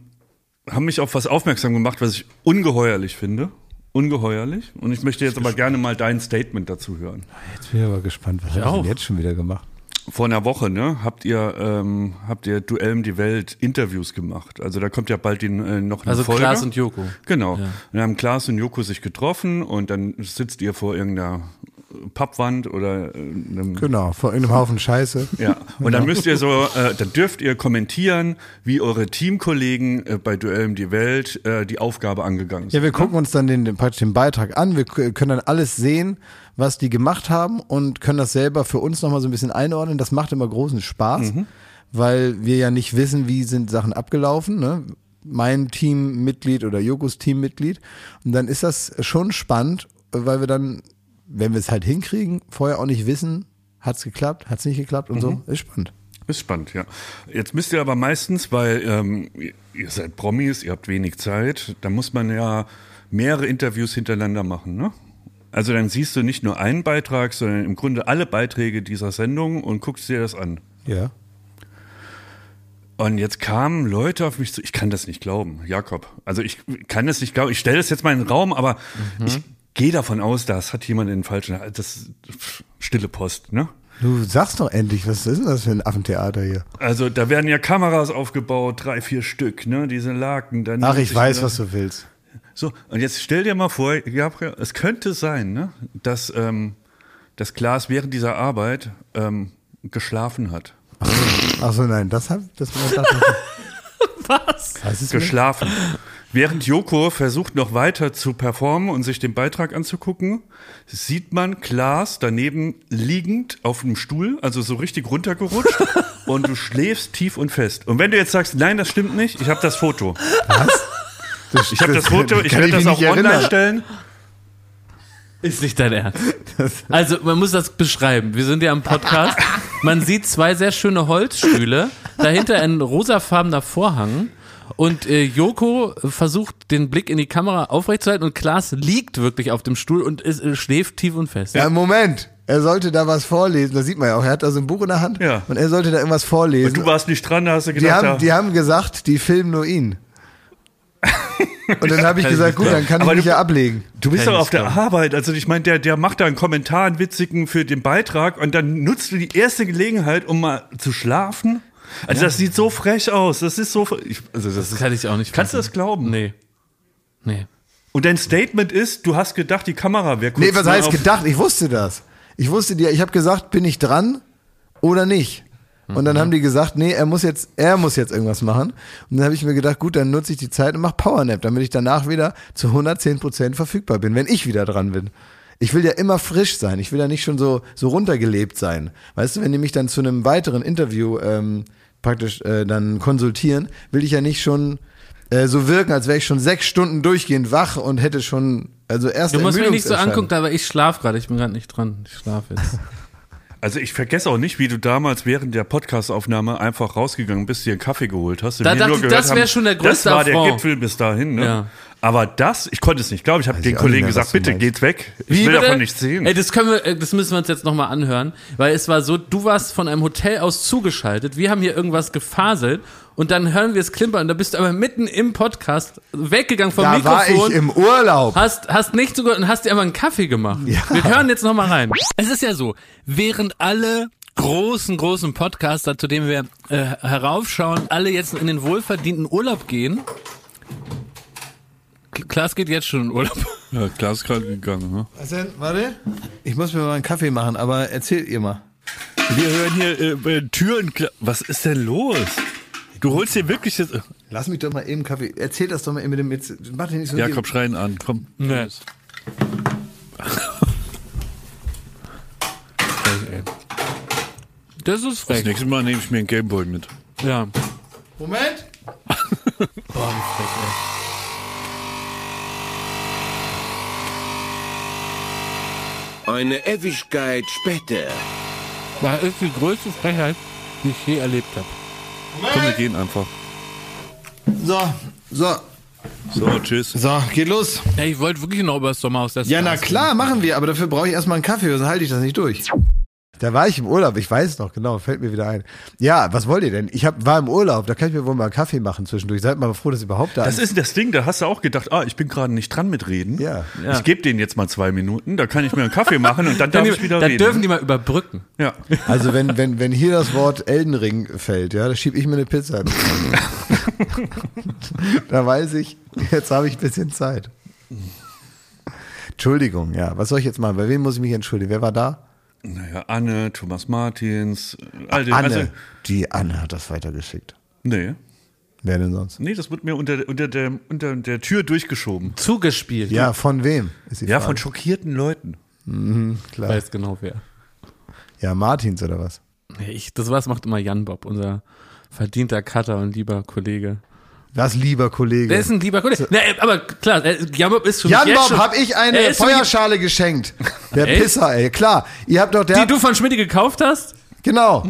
S2: haben mich auf was aufmerksam gemacht, was ich ungeheuerlich finde. Ungeheuerlich. Und ich möchte jetzt aber gerne mal dein Statement dazu hören.
S1: Jetzt bin ich aber gespannt, was hast du
S3: auch.
S1: denn jetzt schon wieder gemacht?
S2: Vor einer Woche, ne, habt ihr, ähm, habt ihr Duell um die Welt Interviews gemacht. Also da kommt ja bald die, äh, noch eine
S3: Also
S2: Folge.
S3: Klaas und Joko.
S2: Genau. Dann haben Klaas und Joko sich getroffen und dann sitzt ihr vor irgendeiner äh, Pappwand oder äh, einem
S1: Genau, vor irgendeinem Haufen Scheiße.
S2: Ja, und dann müsst ihr so, äh, dann dürft ihr kommentieren, wie eure Teamkollegen äh, bei Duell um die Welt äh, die Aufgabe angegangen sind.
S1: Ja, wir gucken uns dann den, den, praktisch den Beitrag an. Wir k- können dann alles sehen, was die gemacht haben und können das selber für uns nochmal so ein bisschen einordnen. Das macht immer großen Spaß, weil wir ja nicht wissen, wie sind Sachen abgelaufen. Ne? Mein Teammitglied oder Jokos Teammitglied. Und dann ist das schon spannend, weil wir dann, wenn wir es halt hinkriegen, vorher auch nicht wissen, hat's geklappt, hat's nicht geklappt und so. Ist spannend.
S2: Ist spannend, ja. Jetzt müsst ihr aber meistens, weil ähm, ihr- ihr seid Promis, ihr habt wenig Zeit, da muss man ja mehrere Interviews hintereinander machen, ne? Also dann siehst du nicht nur einen Beitrag, sondern im Grunde alle Beiträge dieser Sendung und guckst dir das an.
S1: Ja.
S2: Und jetzt kamen Leute auf mich zu. Ich kann das nicht glauben, Jakob. Also ich kann das nicht glauben. Ich stelle das jetzt mal in den Raum, aber
S1: Mhm.
S2: ich gehe davon aus, das hat jemand in den falschen. Das pff, stille Post, ne?
S1: Du sagst doch endlich, was ist denn das für ein Affentheater hier?
S2: Also da werden ja Kameras aufgebaut, drei, vier Stück, ne? Diese Laken. Dann
S1: Ach, ich
S2: ne?
S1: weiß, was du willst.
S2: So, und jetzt stell dir mal vor, Gabriel, es könnte sein, ne? Dass ähm, das Glas während dieser Arbeit ähm, geschlafen hat.
S1: Ach so, nein, das hab das war das.
S3: Was?
S1: das ist mir-
S2: geschlafen. Während Joko versucht noch weiter zu performen und sich den Beitrag anzugucken, sieht man Klaas daneben liegend auf einem Stuhl, also so richtig runtergerutscht
S1: <laughs>
S2: und du schläfst tief und fest. Und wenn du jetzt sagst, nein, das stimmt nicht, ich habe das Foto. Ich habe das Foto, ich
S1: kann
S2: werde das
S1: mich
S2: auch
S1: nicht
S2: online
S1: erinnern.
S2: stellen.
S3: Ist nicht
S2: <laughs>
S3: dein Ernst. Also, man muss das beschreiben. Wir sind ja am
S2: <laughs>
S3: Podcast. Man sieht zwei sehr schöne Holzstühle, dahinter ein rosafarbener Vorhang. Und äh, Joko versucht, den Blick in die Kamera aufrechtzuerhalten und Klaas liegt wirklich auf dem Stuhl und ist, äh, schläft tief und fest.
S1: Ja, Moment. Er sollte da was vorlesen. Das sieht man ja auch. Er hat da so ein Buch in der Hand
S2: Ja.
S1: und er sollte da irgendwas vorlesen.
S2: Und du warst nicht dran, da hast du
S1: Also, die,
S2: gedacht,
S1: haben, die haben gesagt, die filmen nur
S2: <laughs>
S1: ihn. Und dann habe ich
S2: kann ich
S1: gesagt,
S2: nicht
S1: gut,
S2: glauben.
S1: dann kann
S2: Aber
S1: ich mich
S2: du-
S1: ja ablegen.
S2: Du bist
S3: Kann
S2: doch
S3: ich
S2: auf der Arbeit. Also ich meine, der, der macht da einen Kommentar, einen witzigen für den Beitrag und dann nutzt du die erste Gelegenheit, um mal zu schlafen. Also das sieht so frech aus. Das ist so. Ich, also das
S3: Das
S2: ist,
S3: kann ich auch nicht
S2: kannst du das
S3: fassen.
S2: glauben?
S3: Nee. Nee.
S2: Und dein Statement ist, du hast gedacht, die Kamera wäre kurz.
S1: Nee, was
S2: mal
S1: heißt
S2: auf-
S1: gedacht? Ich wusste das. Ich wusste dir, ich habe gesagt, bin ich dran oder nicht? Und
S3: Mhm.
S1: dann haben die gesagt, nee, er muss jetzt, er muss jetzt irgendwas machen. Und dann habe ich mir gedacht, gut, dann nutze ich die Zeit und mache Powernap, damit ich danach wieder zu 110% verfügbar bin, wenn ich wieder dran bin. Ich will ja immer frisch sein. Ich will ja nicht schon so, so runtergelebt sein. Weißt du, wenn die mich dann zu einem weiteren Interview ähm, praktisch äh, dann konsultieren, will ich ja nicht schon äh, so wirken, als wäre ich schon sechs Stunden durchgehend wach und hätte schon, also erst
S3: Du musst mich nicht so
S1: Ermüdungserscheinungen.
S3: angucken, aber ich schlafe gerade. Ich bin gerade nicht dran. Ich schlafe jetzt.
S2: Also ich vergesse auch nicht, wie du damals während der Podcastaufnahme einfach rausgegangen bist, dir einen Kaffee geholt hast. und
S3: Da
S2: wir
S3: dachte
S2: nur
S3: ich,
S2: gehört
S3: das wär
S2: haben,
S3: schon der
S2: Das
S3: größte
S2: war der
S3: Affront.
S2: Gipfel bis dahin. Ne?
S3: Ja.
S2: Aber das, ich konnte es nicht glauben. Ich habe
S1: Weiß
S2: den
S1: ich auch
S2: Kollegen
S1: nicht mehr,
S2: gesagt,
S1: was du
S2: bitte
S1: meinst.
S2: geht weg. Ich will davon nichts sehen.
S3: Ey, das, können wir, äh, das müssen wir uns jetzt nochmal anhören, weil es war so, du warst von einem Hotel aus zugeschaltet, wir haben hier irgendwas gefaselt und dann hören wir es klimpern, da bist du aber mitten im Podcast weggegangen vom
S1: Da war
S3: Mikrofon.
S1: ich im Urlaub.
S3: Hast, hast nicht zugehört und hast dir einfach einen Kaffee gemacht. Wir hören jetzt nochmal rein. Es ist ja so, während alle großen, großen Podcaster, zu denen wir äh, heraufschauen, alle jetzt in den wohlverdienten Urlaub gehen. K- Klaas geht jetzt schon in Urlaub.
S2: ja, klar ist gerade gegangen. Ne?
S1: Was denn? Warte. Ich muss mir mal einen Kaffee machen, aber erzählt ihr mal.
S2: Wir hören hier äh, äh, Türen. kla- Was ist denn los? Du holst dir wirklich äh, das.
S1: Lass mich doch mal eben Kaffee. Erzähl das doch mal eben mit dem. Jetzt, mach den nicht so
S2: Ja, komm, schreien an. Komm.
S3: Nee. Das ist
S2: Das
S3: frech.
S2: nächste Mal nehme ich mir einen Gameboy mit.
S3: Ja.
S1: Moment.
S7: Eine Ewigkeit später.
S3: Da ist die größte Frechheit, die ich je erlebt habe.
S2: Komm, wir gehen einfach.
S1: So, so,
S2: So, tschüss.
S1: so, geht los.
S3: Ey, ich wollte wirklich noch über das Sommerhaus der
S1: Ja, na
S3: Stars
S1: klar, machen wir, aber dafür brauche ich erstmal einen Kaffee, sonst halte ich das nicht durch. Da war ich im Urlaub, ich weiß noch, genau, fällt mir wieder ein. Ja, was wollt ihr denn? Ich hab, war im Urlaub, da kann ich mir wohl mal einen Kaffee machen zwischendurch. Seid mal froh, dass ihr überhaupt da
S2: Das ist das Ding, da hast du auch gedacht, ah, ich bin gerade nicht dran mit Reden.
S1: Ja.
S2: Ich gebe denen jetzt mal zwei Minuten, da kann ich mir einen Kaffee machen und dann <laughs> darf
S3: Dann,
S2: ich wieder
S3: dann
S2: reden.
S3: dürfen die mal überbrücken.
S2: ja.
S1: Also wenn, wenn, wenn hier das Wort Eldenring fällt, ja, da schieb ich mir eine Pizza. <laughs> in. da weiß ich, jetzt habe ich ein bisschen Zeit. Entschuldigung, ja. Was soll ich jetzt machen? Bei wem muss ich mich entschuldigen? Wer war da?
S2: Naja, Anne, Thomas Martins, äh, all den,
S1: Anne.
S2: Also,
S1: die Anne hat das weitergeschickt.
S2: nee.
S1: Wer denn sonst?
S2: Nee, das wird mir unter, unter, der, unter der Tür durchgeschoben.
S3: Zugespielt.
S1: Ja, von wem? Ist die
S2: Ja, von
S1: Frage.
S2: schockierten Leuten.
S3: Ich weiß genau wer.
S1: Ja, Martins oder was?
S3: Nee, Ich, das was macht immer Jan Bob, unser verdienter Cutter und lieber Kollege.
S1: Was, lieber Kollege?
S3: Der ist ein lieber Kollege. Na, äh, aber klar, äh, Jan Bob ist für
S1: Jan
S3: mich
S1: Bob,
S3: jetzt schon,
S1: hab ich
S3: Er
S1: eine
S3: ist für mich-
S1: Feuerschale geschenkt. Der
S3: Echt?
S1: Pisser, ey. Klar, ihr habt doch der.
S3: die du von Schmidt gekauft hast?
S1: Genau.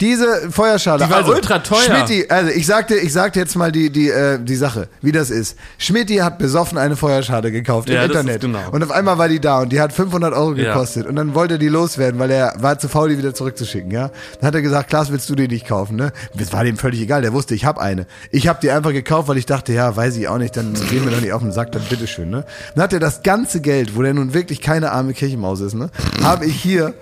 S1: Diese Feuerschale.
S3: Die war ultra teuer.
S1: Schmidti, also ich sagte, ich sagte jetzt mal die, die, äh, die Sache, wie das ist. Schmidti hat besoffen eine Feuerschale gekauft
S3: Ja,
S1: im
S3: das ist
S1: Internet.
S3: genau.
S1: Und auf einmal war die da und die hat 500 Euro
S3: Ja.
S1: gekostet. Und dann wollte er die loswerden, weil er war zu faul, die wieder zurückzuschicken. Ja? Dann hat er gesagt, Klaas, willst du die nicht kaufen? Ne? Das war dem völlig egal, der wusste, ich habe eine. Ich habe die einfach gekauft, weil ich dachte, ja, weiß ich auch nicht, dann gehen wir doch nicht auf den Sack, dann bitteschön. Ne? Dann hat er das ganze Geld, wo der nun wirklich keine arme Kirchenmaus ist, ne? habe ich hier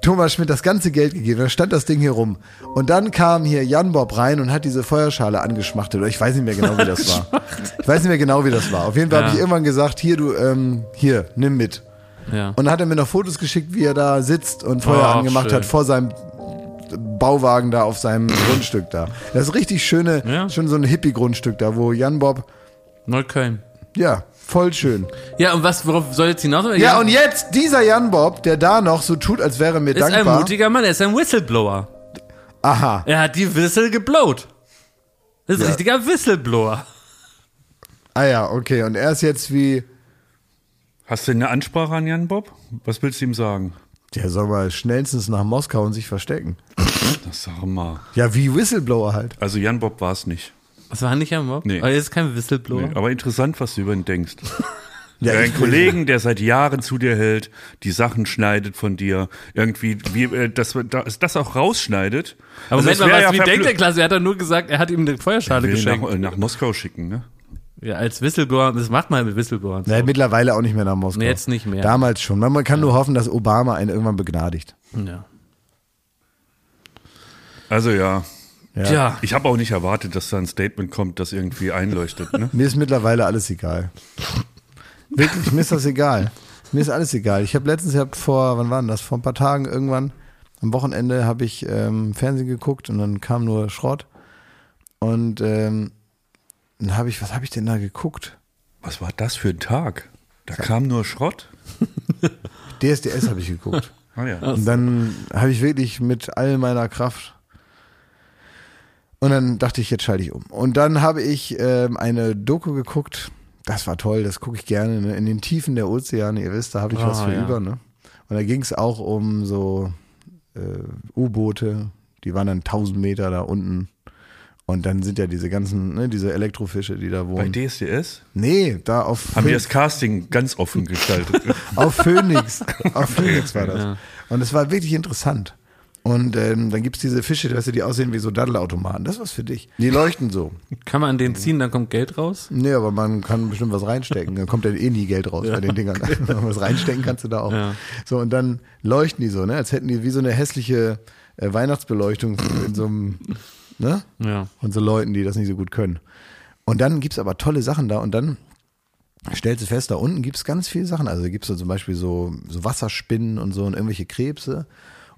S1: Thomas Schmidt das ganze Geld gegeben. Da stand das Ding hier rum. Und dann kam hier Jan Bob rein und hat diese Feuerschale angeschmachtet. Oder ich weiß nicht mehr genau, wie das war. Ich weiß nicht mehr genau, wie das war. Auf jeden Fall
S3: Ja.
S1: habe ich irgendwann gesagt, hier, du, ähm, hier, nimm mit.
S3: Ja.
S1: Und dann hat er mir noch Fotos geschickt, wie er da sitzt und Feuer
S3: Oh,
S1: angemacht
S3: schön.
S1: hat vor seinem Bauwagen da auf
S3: <laughs>
S1: seinem Grundstück da. Das ist richtig schöne,
S3: Ja.
S1: schon so ein Hippie-Grundstück da, wo Jan Bob,
S3: Neukölln.
S1: ja, voll schön.
S3: Ja, und was, worauf soll jetzt hinaus?
S1: Ja, und jetzt dieser Jan Bob, der da noch so tut, als wäre mir
S3: ist
S1: dankbar.
S3: ein mutiger Mann, er ist ein Whistleblower.
S1: Aha.
S3: Er hat die Whistle geblowt. Das ist ein
S1: Ja.
S3: richtiger Whistleblower.
S1: Ah ja, okay. Und er ist jetzt wie,
S2: Hast du eine Ansprache an Jan Bob? Was willst du ihm sagen?
S1: der soll mal schnellstens nach Moskau und sich verstecken.
S2: Das sag mal.
S1: Ja, wie Whistleblower halt.
S2: Also Jan Bob war es nicht.
S3: Das war nicht am Bob.
S2: Nee.
S3: Aber er ist kein Whistleblower.
S2: Nee, aber interessant, was du über ihn
S3: <laughs>
S2: denkst.
S1: Ja,
S2: Ein
S1: ich bin-
S2: Kollegen, der seit Jahren zu dir hält, die Sachen schneidet von dir, irgendwie, wie, äh, dass man da- das auch rausschneidet.
S3: Aber
S2: Also,
S3: Moment
S2: es
S3: mal,
S2: wär
S3: was,
S2: ja
S3: wie denkt der
S2: verblü-
S3: Klasse? Er hat doch nur gesagt, er hat ihm eine Feuerschale
S2: Will
S3: geschenkt.
S2: nach, äh, nach Moskau schicken, ne?
S3: Ja, als Whistleblower, das macht man mit Whistleblowern.
S1: Nee, mittlerweile auch nicht mehr nach Moskau.
S3: Nee, jetzt nicht mehr.
S1: Damals schon. Man man kann nur hoffen, dass Obama einen irgendwann begnadigt.
S3: Ja.
S2: Also ja.
S3: Tja,
S2: Ich habe auch nicht erwartet, dass da ein Statement kommt, das irgendwie einleuchtet.
S3: <laughs>
S2: Ne?
S1: Mir ist mittlerweile alles egal. Wirklich, mir ist das egal. Mir ist alles egal. Ich habe letztens, ich hab vor, wann war denn das? Vor ein paar Tagen irgendwann, am Wochenende habe ich ähm, Fernsehen geguckt und dann kam nur Schrott. Und ähm, dann habe ich, was habe ich denn da geguckt?
S2: Was war das für ein Tag? Da kam nur Schrott.
S1: DSDS habe ich geguckt.
S2: Ah ja.
S3: Also
S1: Und dann habe ich wirklich mit all meiner Kraft. Und dann dachte ich, jetzt schalte ich um. Und dann habe ich ähm, eine Doku geguckt. Das war toll, das gucke ich gerne. Ne? In den Tiefen der Ozeane, ihr wisst, da habe ich was
S3: Ah,
S1: für
S3: ja.
S1: über. Ne? Und da ging es auch um so äh, U-Boote. Die waren dann 1000 Meter da unten. Und dann sind ja diese ganzen, ne, diese Elektrofische, die da
S2: Bei
S1: wohnen.
S2: DSDS
S1: nee, da auf,
S2: haben die
S1: Phön-
S2: das Casting ganz offen
S3: <laughs>
S2: gestaltet.
S1: auf Phoenix. auf Phoenix war das. Und es war wirklich interessant. Und ähm, dann gibt's diese Fische, weißt du, die aussehen wie so Daddelautomaten. Das ist was für dich. Die leuchten so.
S3: Kann man an den ziehen, dann kommt Geld raus?
S1: Nee, aber man kann bestimmt was reinstecken. Dann kommt dann eh nie Geld raus bei den Dingern. <laughs> Wenn man was reinstecken kannst du da auch. So, und dann leuchten die so, ne? Als hätten die wie so eine hässliche äh, Weihnachtsbeleuchtung in so einem, ne?
S3: Ja.
S1: Und so Leuten, die das nicht so gut können. Und dann gibt's aber tolle Sachen da und dann stellst du fest, da unten gibt's ganz viele Sachen. Also gibt's da zum Beispiel so, so Wasserspinnen und so und irgendwelche Krebse.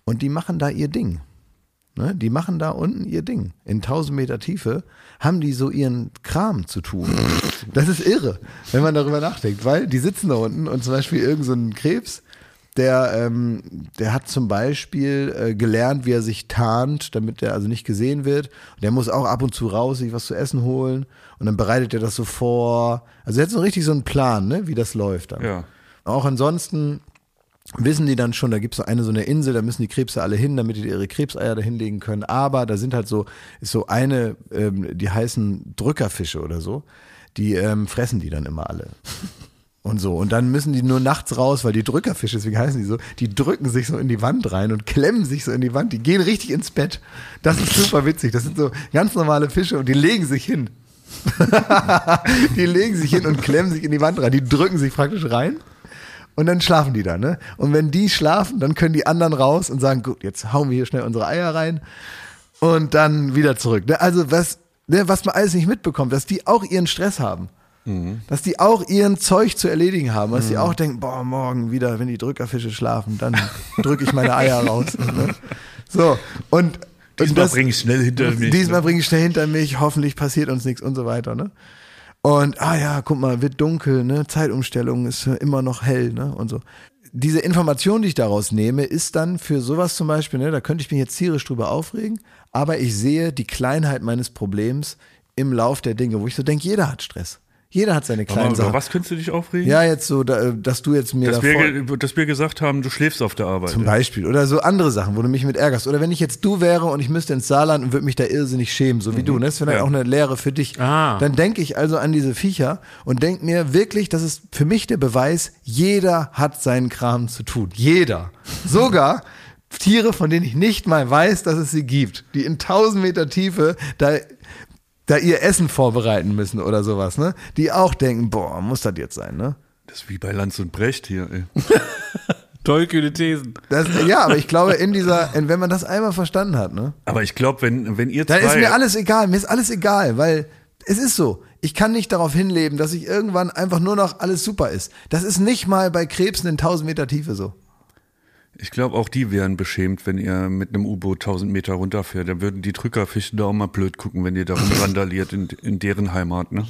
S1: Und die machen da ihr Ding. Ne? Die machen da unten ihr Ding. In 1000 Meter Tiefe haben die so ihren Kram zu tun. Das ist irre, wenn man darüber nachdenkt, weil die sitzen da unten und zum Beispiel irgend so ein Krebs, der, ähm, der hat zum Beispiel äh, gelernt, wie er sich tarnt, damit er also nicht gesehen wird. Und der muss auch ab und zu raus sich was zu essen holen und dann bereitet er das so vor. Also er hat so richtig so einen Plan, ne? wie das läuft dann.
S2: Ja.
S1: Auch ansonsten wissen die dann schon, da gibt's so eine so eine Insel, da müssen die Krebse alle hin, damit die ihre Krebseier da hinlegen können. Aber da sind halt so, ist so eine, ähm, die heißen Drückerfische oder so, die ähm, fressen die dann immer alle. Und so. Und dann müssen die nur nachts raus, weil die Drückerfische, deswegen heißen die so, die drücken sich so in die Wand rein und klemmen sich so in die Wand. Die gehen richtig ins Bett. Das ist super witzig. Das sind so ganz normale Fische und die legen sich hin. <laughs> die legen sich hin und klemmen sich in die Wand rein. Die drücken sich praktisch rein. Und dann schlafen die da, ne? Und wenn die schlafen, dann können die anderen raus und sagen, gut, jetzt hauen wir hier schnell unsere Eier rein und dann wieder zurück. Ne? Also was, ne, was man alles nicht mitbekommt, dass die auch ihren Stress haben. Dass die auch ihren Zeug zu erledigen haben, dass die auch denken, boah, morgen wieder, wenn die Drückerfische schlafen, dann drücke ich meine Eier raus. Ne? So, und und
S2: Diesmal
S1: das-
S2: bringe ich schnell hinter mich. ne?
S1: Diesmal bringe ich schnell hinter mich, hoffentlich passiert uns nichts und so weiter, ne? Und ah ja, guck mal, wird dunkel, ne? Zeitumstellung ist äh, immer noch hell, ne? Und so. Diese Information, die ich daraus nehme, ist dann für sowas zum Beispiel, ne, da könnte ich mich jetzt tierisch drüber aufregen, aber ich sehe die Kleinheit meines Problems im Lauf der Dinge, wo ich so denke, jeder hat Stress. Jeder hat seine
S2: Aber
S1: kleinen
S2: über
S1: Sachen.
S2: was könntest du dich aufregen?
S1: Ja, jetzt so, da, äh, dass du jetzt mir
S2: dass, wir,
S1: davor-
S2: ge- dass wir gesagt haben, du schläfst auf der Arbeit.
S1: zum Beispiel. Oder so andere Sachen, wo du mich mit ärgerst. Oder wenn ich jetzt du wäre und ich müsste ins Saarland und würde mich da irrsinnig schämen, so wie du. Ne? Das wäre dann
S2: Ja.
S1: auch eine Lehre für dich.
S3: Ah.
S1: Dann denke ich also an diese Viecher und denke mir wirklich, das ist für mich der Beweis, jeder hat seinen Kram zu tun. Jeder. Sogar Tiere, von denen ich nicht mal weiß, dass es sie gibt. Die in 1000 Meter Tiefe da da ihr Essen vorbereiten müssen oder sowas, ne? Die auch denken, boah, muss das jetzt sein, ne?
S2: Das ist wie bei Lanz und Brecht hier. Ey.
S3: Tollkühne Thesen.
S1: Das, ja, aber ich glaube, in dieser, in, wenn man das einmal verstanden hat, ne?
S2: Aber ich glaube, wenn, wenn ihr
S1: Da
S2: zwei...
S1: ist mir alles egal, mir ist alles egal, weil es ist so. Ich kann nicht darauf hinleben, dass ich irgendwann einfach nur noch alles super ist. Das ist nicht mal bei Krebsen in 1000 Meter Tiefe so.
S2: Ich glaube, auch die wären beschämt, wenn ihr mit einem U-Boot 1000 Meter runterfährt. Dann würden die Drückerfische da auch mal blöd gucken, wenn ihr da rumrandaliert in, in deren Heimat. Ne?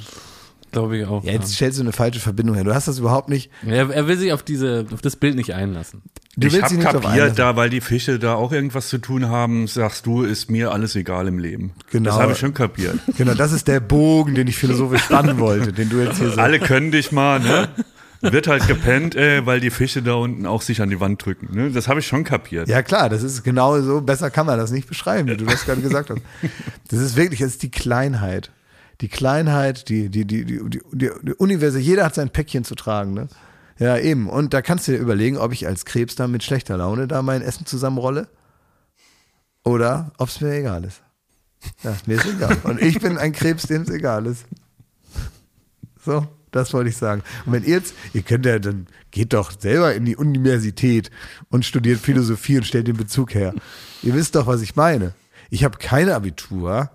S3: Glaube ich auch. Ja,
S1: Jetzt stellst du eine falsche Verbindung her. Du hast das überhaupt nicht.
S3: er, er will sich auf, diese, auf das Bild nicht einlassen.
S1: Du
S2: ich habe
S1: dich drauf
S2: kapiert,
S1: einlassen.
S2: da, weil die Fische da auch irgendwas zu tun haben, sagst du, ist mir alles egal im Leben.
S1: Genau.
S2: Das habe ich schon kapiert.
S1: Genau, das ist der Bogen, den ich philosophisch spannen wollte, den du jetzt hier so.
S2: Also Alle können dich mal, ne? Wird halt gepennt, äh, weil die Fische da unten auch sich an die Wand drücken. Ne? Das habe ich schon kapiert.
S1: Ja klar, das ist genau so. Besser kann man das nicht beschreiben, wie du das gerade gesagt hast. Das ist wirklich, das ist die Kleinheit. Die Kleinheit, die, die, die, die, die, die, die Universe, jeder hat sein Päckchen zu tragen, ne? Ja, eben. Und da kannst du dir überlegen, ob ich als Krebs da mit schlechter Laune da mein Essen zusammenrolle oder ob es mir egal ist. Ja, mir ist egal. Und ich bin ein Krebs, dem es egal ist. So, das wollte ich sagen. Und wenn ihr jetzt, ihr könnt ja, dann geht doch selber in die Universität und studiert Philosophie und stellt den Bezug her. Ihr wisst doch, was ich meine. Ich habe kein Abitur,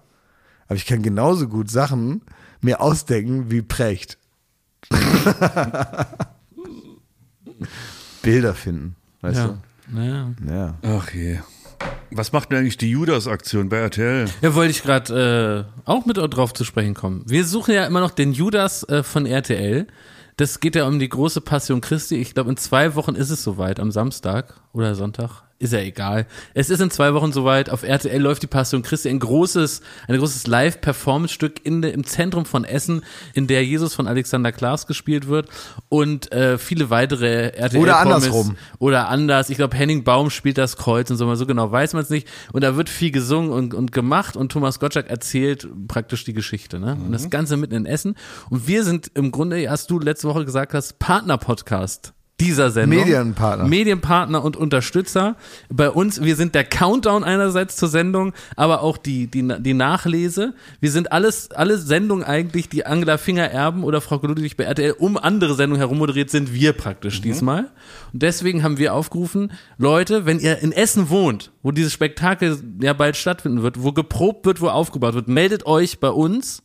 S1: aber ich kann genauso gut Sachen mir ausdenken wie Precht. <laughs> Bilder finden, weißt
S3: Ja. Naja.
S1: du? Ja.
S2: Ach je. Was macht denn eigentlich die Judas-Aktion bei RTL?
S3: Ja, wollte ich gerade äh, auch mit drauf zu sprechen kommen. Wir suchen ja immer noch den Judas äh, von RTL. Das geht ja um die große Passion Christi. Ich glaube, in zwei Wochen ist es soweit, am Samstag oder Sonntag. ist ja egal. Es ist in zwei Wochen soweit. Auf RTL läuft die Passion Christi ein großes, ein großes Live-Performance-Stück in de- im Zentrum von Essen, in der Jesus von Alexander Klaas gespielt wird und äh, viele weitere RTL
S1: Oder andersrum.
S3: oder anders. Ich glaube, Henning Baum spielt das Kreuz und so mal so genau weiß man es nicht. Und da wird viel gesungen und, und gemacht und Thomas Gottschalk erzählt praktisch die Geschichte. Ne? Und das Ganze mitten in Essen. Und wir sind im Grunde, hast du letzte Woche gesagt hast, Partner-Podcast dieser Sendung.
S1: Medienpartner.
S3: Medienpartner und Unterstützer. Bei uns, wir sind der Countdown einerseits zur Sendung, aber auch die, die, die Nachlese. Wir sind alles, alle Sendungen eigentlich, die Angela Finger erben oder Frau Ludwig bei RTL um andere Sendungen herum moderiert, sind wir praktisch diesmal. Und deswegen haben wir aufgerufen, Leute, wenn ihr in Essen wohnt, wo dieses Spektakel ja bald stattfinden wird, wo geprobt wird, wo aufgebaut wird, meldet euch bei uns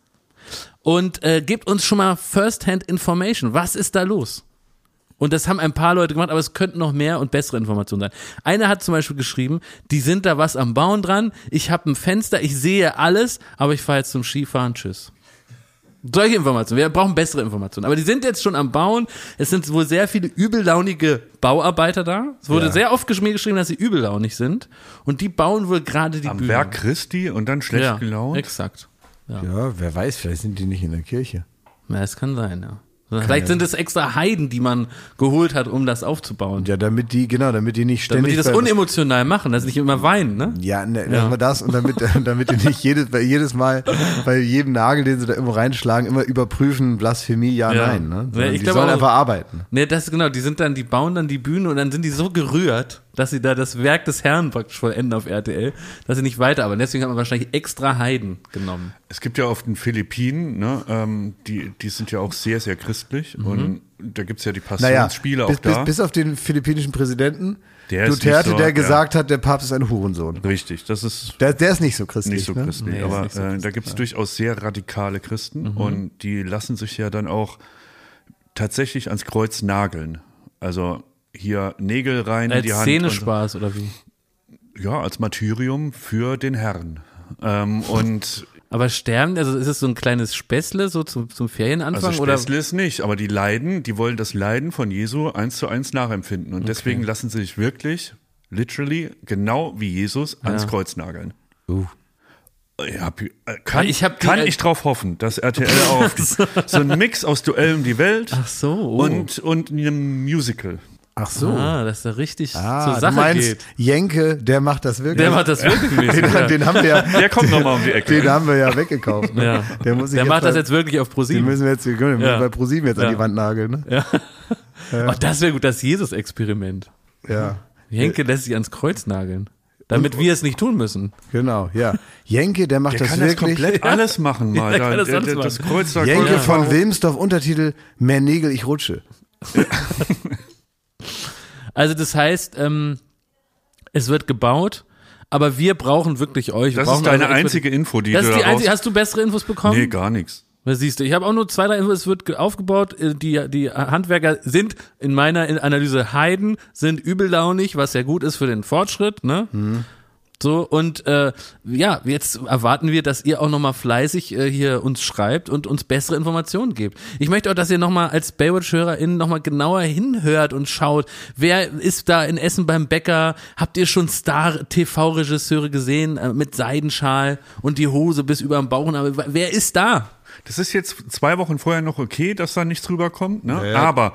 S3: und äh, gebt uns schon mal First-Hand Information. Was ist da los? Und das haben ein paar Leute gemacht, aber es könnten noch mehr und bessere Informationen sein. Einer hat zum Beispiel geschrieben, die sind da was am Bauen dran, ich habe ein Fenster, ich sehe alles, aber ich fahre jetzt zum Skifahren, tschüss. Solche Informationen, wir brauchen bessere Informationen. Aber die sind jetzt schon am Bauen, es sind wohl sehr viele übellaunige Bauarbeiter da. Es wurde sehr oft gesch- mir geschrieben, dass sie übellaunig sind. Und die bauen wohl gerade die
S2: Am
S3: Bühne.
S2: Werk Christi und dann schlecht
S3: ja,
S2: gelaunt.
S3: exakt.
S1: Ja, wer weiß, vielleicht sind die nicht in der Kirche.
S3: Ja, es kann sein, ja. Vielleicht sind es extra Heiden, die man geholt hat, um das aufzubauen.
S1: Ja, damit die, genau, damit die nicht ständig.
S3: Damit die das
S1: bei-
S3: unemotional machen, dass sie nicht immer weinen, ne?
S1: ja, ne, lassen wir das und <laughs> damit, damit die nicht jedes, bei jedes Mal, bei jedem Nagel, den sie da immer reinschlagen, immer überprüfen, Blasphemie, ja,
S3: Ja.
S1: nein. Ne?
S3: Ja,
S1: Sondern
S3: ich
S1: die
S3: glaube
S1: sollen
S3: auch-
S1: einfach arbeiten.
S3: Ne, das genau, die sind dann, die bauen dann die Bühne und dann sind die so gerührt, dass sie da das Werk des Herrn praktisch vollenden auf RTL, dass sie nicht weiterarbeiten. Deswegen hat man wahrscheinlich extra Heiden genommen.
S2: Es gibt ja auf den Philippinen, ne, ähm, die, die sind ja auch sehr, sehr christlich und da gibt es ja die
S1: Mhm. Naja,
S2: Passionsspiele
S1: bis,
S2: auch da.
S1: bis, bis auf den philippinischen Präsidenten,
S2: Der ist
S1: Duterte,
S2: nicht so,
S1: der
S2: ja.
S1: gesagt hat, der Papst ist ein Hurensohn.
S2: Richtig, das ist
S1: Der, der ist nicht so christlich.
S2: nicht so
S1: ne?
S2: christlich,
S3: Nee, ist
S2: aber
S3: nicht so
S2: äh, da
S3: christlich, Mhm.
S2: gibt es durchaus sehr radikale Christen und die lassen sich ja dann auch tatsächlich ans Kreuz nageln. Also hier Nägel rein in
S3: Als
S2: die Hand.
S3: Szenespaß oder wie?
S2: Und, ja, als Martyrium für den Herrn. Ähm, und
S3: Aber sterben, also ist es so ein kleines Späßle so zum, zum Ferienanfang
S2: also
S3: oder?
S2: Späßle ist nicht, aber die leiden, die wollen das Leiden von Jesu eins zu eins nachempfinden und deswegen lassen sie sich wirklich, literally, genau wie Jesus ans
S3: Ja. Uh.
S2: Kreuz nageln. Ich hab, äh, kann
S3: Ich
S2: ich,
S3: hab die-
S2: kann ich drauf hoffen, dass RTL auch
S3: <laughs>
S2: so ein Mix aus Duell um die Welt
S3: Ach so, oh.
S2: und, und einem Musical.
S1: Ach so.
S3: Ah, dass da richtig
S1: Ah,
S3: zur Sache
S1: du meinst,
S3: geht.
S1: Jenke, der macht das wirklich.
S3: Der macht das wirklich.
S1: <laughs> den,
S3: ja.
S1: den haben wir
S3: <laughs>
S1: ja,
S2: Der kommt nochmal um die
S1: den
S2: Ecke.
S1: haben wir ja weggekauft. Ne?
S3: ja.
S1: Der muss sich
S3: Der macht
S1: bei,
S3: das jetzt wirklich auf
S1: Den
S3: ProSieben.
S1: müssen wir jetzt, wir können den
S3: Ja.
S1: bei ProSieben jetzt
S3: Ja.
S1: an die Wand nageln. Ne?
S3: Ja. Oh, das wäre gut, das Jesus-Experiment.
S1: Ja.
S3: Henke lässt sich ans Kreuz nageln, damit wir es nicht tun müssen.
S1: genau, ja. Jenke, der macht
S2: Der
S1: das
S2: kann das
S1: wirklich.
S3: <laughs>
S2: komplett alles machen, mal.
S3: der kann
S2: da,
S3: das
S2: der,
S3: alles
S2: der, das
S3: machen.
S2: Kreuz da
S1: Jenke
S2: kommt-
S1: von Wilmsdorf, Untertitel Mehr Nägel, ich rutsche.
S3: Also das heißt, ähm, es wird gebaut, aber wir brauchen wirklich euch. Wir
S2: Das
S3: brauchen
S2: ist deine
S3: eure Expertise.
S2: einzige Info, die
S3: Das
S2: du
S3: ist die
S2: da
S3: einzige.
S2: raus-
S3: Hast du bessere Infos bekommen?
S2: Nee, gar nichts.
S3: Was siehst du? Ich habe auch nur zwei, drei Infos. Es wird ge- aufgebaut. äh, Die, die Handwerker sind in meiner In- Analyse Heiden, sind übellaunig, was ja gut ist für den Fortschritt, ne? So, und äh, ja, jetzt erwarten wir, dass ihr auch nochmal fleißig äh, hier uns schreibt und uns bessere Informationen gebt. Ich möchte auch, dass ihr nochmal als Baywatch-HörerInnen nochmal genauer hinhört und schaut, wer ist da in Essen beim Bäcker? Habt ihr schon Star-TV-Regisseure gesehen äh, mit Seidenschal und die Hose bis über den Bauch? Aber wer ist da?
S2: Das ist jetzt zwei Wochen vorher noch okay, dass da nichts rüberkommt, ne? aber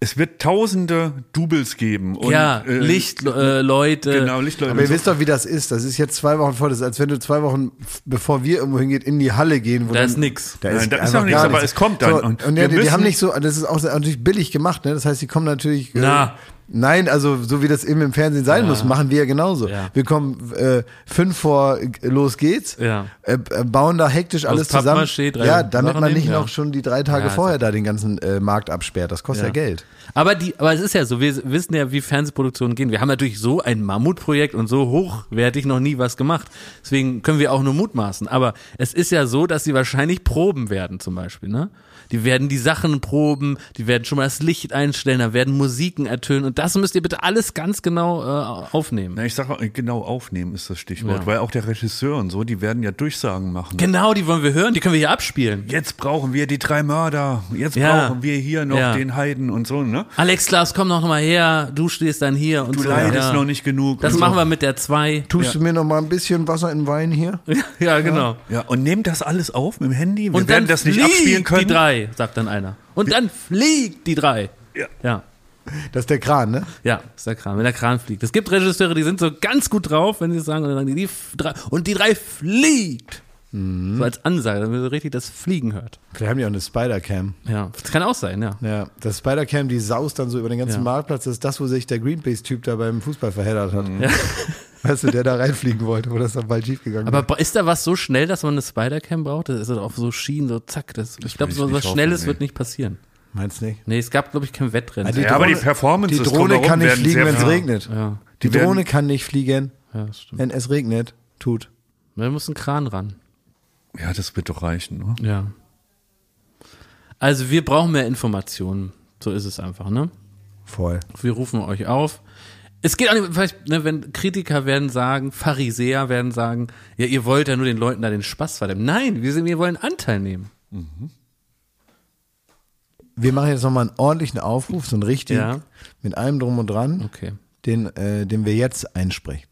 S2: es wird tausende Doubles geben. Und,
S3: ja,
S2: äh,
S3: Lichtleute. Äh, Leute.
S2: Genau, Lichtleute.
S1: Aber ihr wisst doch, wie das ist. Das ist jetzt zwei Wochen vor. Das ist, als wenn du zwei Wochen, f- bevor wir irgendwo hingehen, in die Halle gehen. Wo
S3: Da
S1: dann-
S3: ist nix.
S1: Da
S2: Nein,
S1: ist,
S2: da ist
S1: einfach
S2: noch nichts,
S1: gar
S2: aber es kommt dann.
S1: So, und
S2: Und
S1: ja,
S2: wir
S1: die, die
S2: müssen-
S1: haben nicht so, das ist auch natürlich billig gemacht. Ne? Das heißt, die kommen natürlich. äh,
S3: Na.
S1: Nein, also so wie das eben im Fernsehen sein muss, machen wir ja genauso.
S3: Ja.
S1: Wir kommen äh, fünf vor, äh, los geht's,
S3: Ja.
S1: äh, äh, bauen da hektisch alles zusammen.
S3: Pappmaché drei
S1: ja, damit
S3: Sachen
S1: man nicht
S3: nehmen, ja.
S1: noch schon die drei Tage
S3: Ja,
S1: vorher da den ganzen äh, Markt absperrt. Das kostet ja,
S3: Ja.
S1: Geld.
S3: Aber die, aber es ist ja so, wir wissen ja, wie Fernsehproduktionen gehen. Wir haben natürlich so ein Mammutprojekt und so hochwertig noch nie was gemacht. Deswegen können wir auch nur mutmaßen. Aber es ist ja so, dass sie wahrscheinlich proben werden, zum Beispiel, ne? Die werden die Sachen proben, die werden schon mal das Licht einstellen, da werden Musiken ertönen und das müsst ihr bitte alles ganz genau äh, aufnehmen.
S2: Na, ich sag mal, genau aufnehmen ist das Stichwort,
S3: Ja.
S2: weil auch der Regisseur und so, die werden ja Durchsagen machen. ne?
S3: Genau, die wollen wir hören, die können wir hier abspielen.
S2: Jetzt brauchen wir die drei Mörder. Jetzt
S3: Ja.
S2: brauchen wir hier noch
S3: Ja.
S2: den Heiden und so, ne?
S3: Alex Klaas, komm noch mal her, du stehst dann hier und
S2: Du
S3: so.
S2: leidest
S3: ja.
S2: noch nicht genug.
S3: Das
S2: und
S3: machen
S2: so.
S3: wir mit der 2.
S1: Tust du mir noch mal ein bisschen Wasser in den Wein hier?
S3: <laughs> Ja, genau.
S2: Ja, und nehmt das alles auf mit dem Handy. Wir
S3: Und
S2: werden
S3: dann
S2: das nicht
S3: fliegt
S2: abspielen können.
S3: die 3, sagt dann einer. Und dann fliegt die 3.
S2: Ja.
S3: Ja.
S1: Das ist der Kran, ne?
S3: Ja, ist der Kran, wenn der Kran fliegt. Es gibt Regisseure, die sind so ganz gut drauf, wenn sie es sagen, und dann sagen die, die f- drei, und die drei fliegt.
S2: Mhm.
S3: So als Ansage, damit man so richtig das Fliegen hört.
S1: Vielleicht haben die auch eine Spider-Cam.
S3: Ja, das kann auch sein, ja.
S1: Ja, das Spider-Cam, die saust dann so über den ganzen
S3: Ja.
S1: Marktplatz. Das ist das, wo sich der Greenpeace-Typ da beim Fußball verheddert hat. <laughs> Weißt du, der da reinfliegen wollte, wo das dann bald schiefgegangen
S3: Aber bra- ist da was so schnell, dass man eine Spider-Cam braucht? Das ist doch auf so Schienen, so zack. Das, ich glaube,
S2: ich
S3: so
S2: nicht
S3: was
S2: hoffen,
S3: Schnelles
S2: nee.
S3: wird nicht passieren.
S1: ist. Meinst nicht?
S3: Nee, es gab, glaube ich, kein Wettrennen.
S1: Also
S2: Ja, aber die
S1: Drohne-
S2: Performance
S1: Die Drohne kann nicht fliegen, wenn es regnet.
S3: ja,
S1: Die,
S2: Die
S1: Drohne
S2: werden-
S1: kann nicht fliegen,
S3: ja, das stimmt.
S1: wenn es regnet. Tut.
S3: Da muss ein Kran ran.
S2: Ja, das wird doch reichen, ne?
S3: Ja. Also wir brauchen mehr Informationen. So ist es einfach, ne?
S1: Voll.
S3: Wir rufen euch auf. Es geht auch nicht, vielleicht, ne, wenn Kritiker werden sagen, Pharisäer werden sagen, ja, ihr wollt ja nur den Leuten da den Spaß verderben. Nein, wir, sind, wir wollen Anteil nehmen.
S1: Wir machen jetzt nochmal einen ordentlichen Aufruf, so einen richtigen,
S3: Ja.
S1: mit allem drum und dran,
S3: Okay.
S1: den, äh, den wir jetzt einsprechen.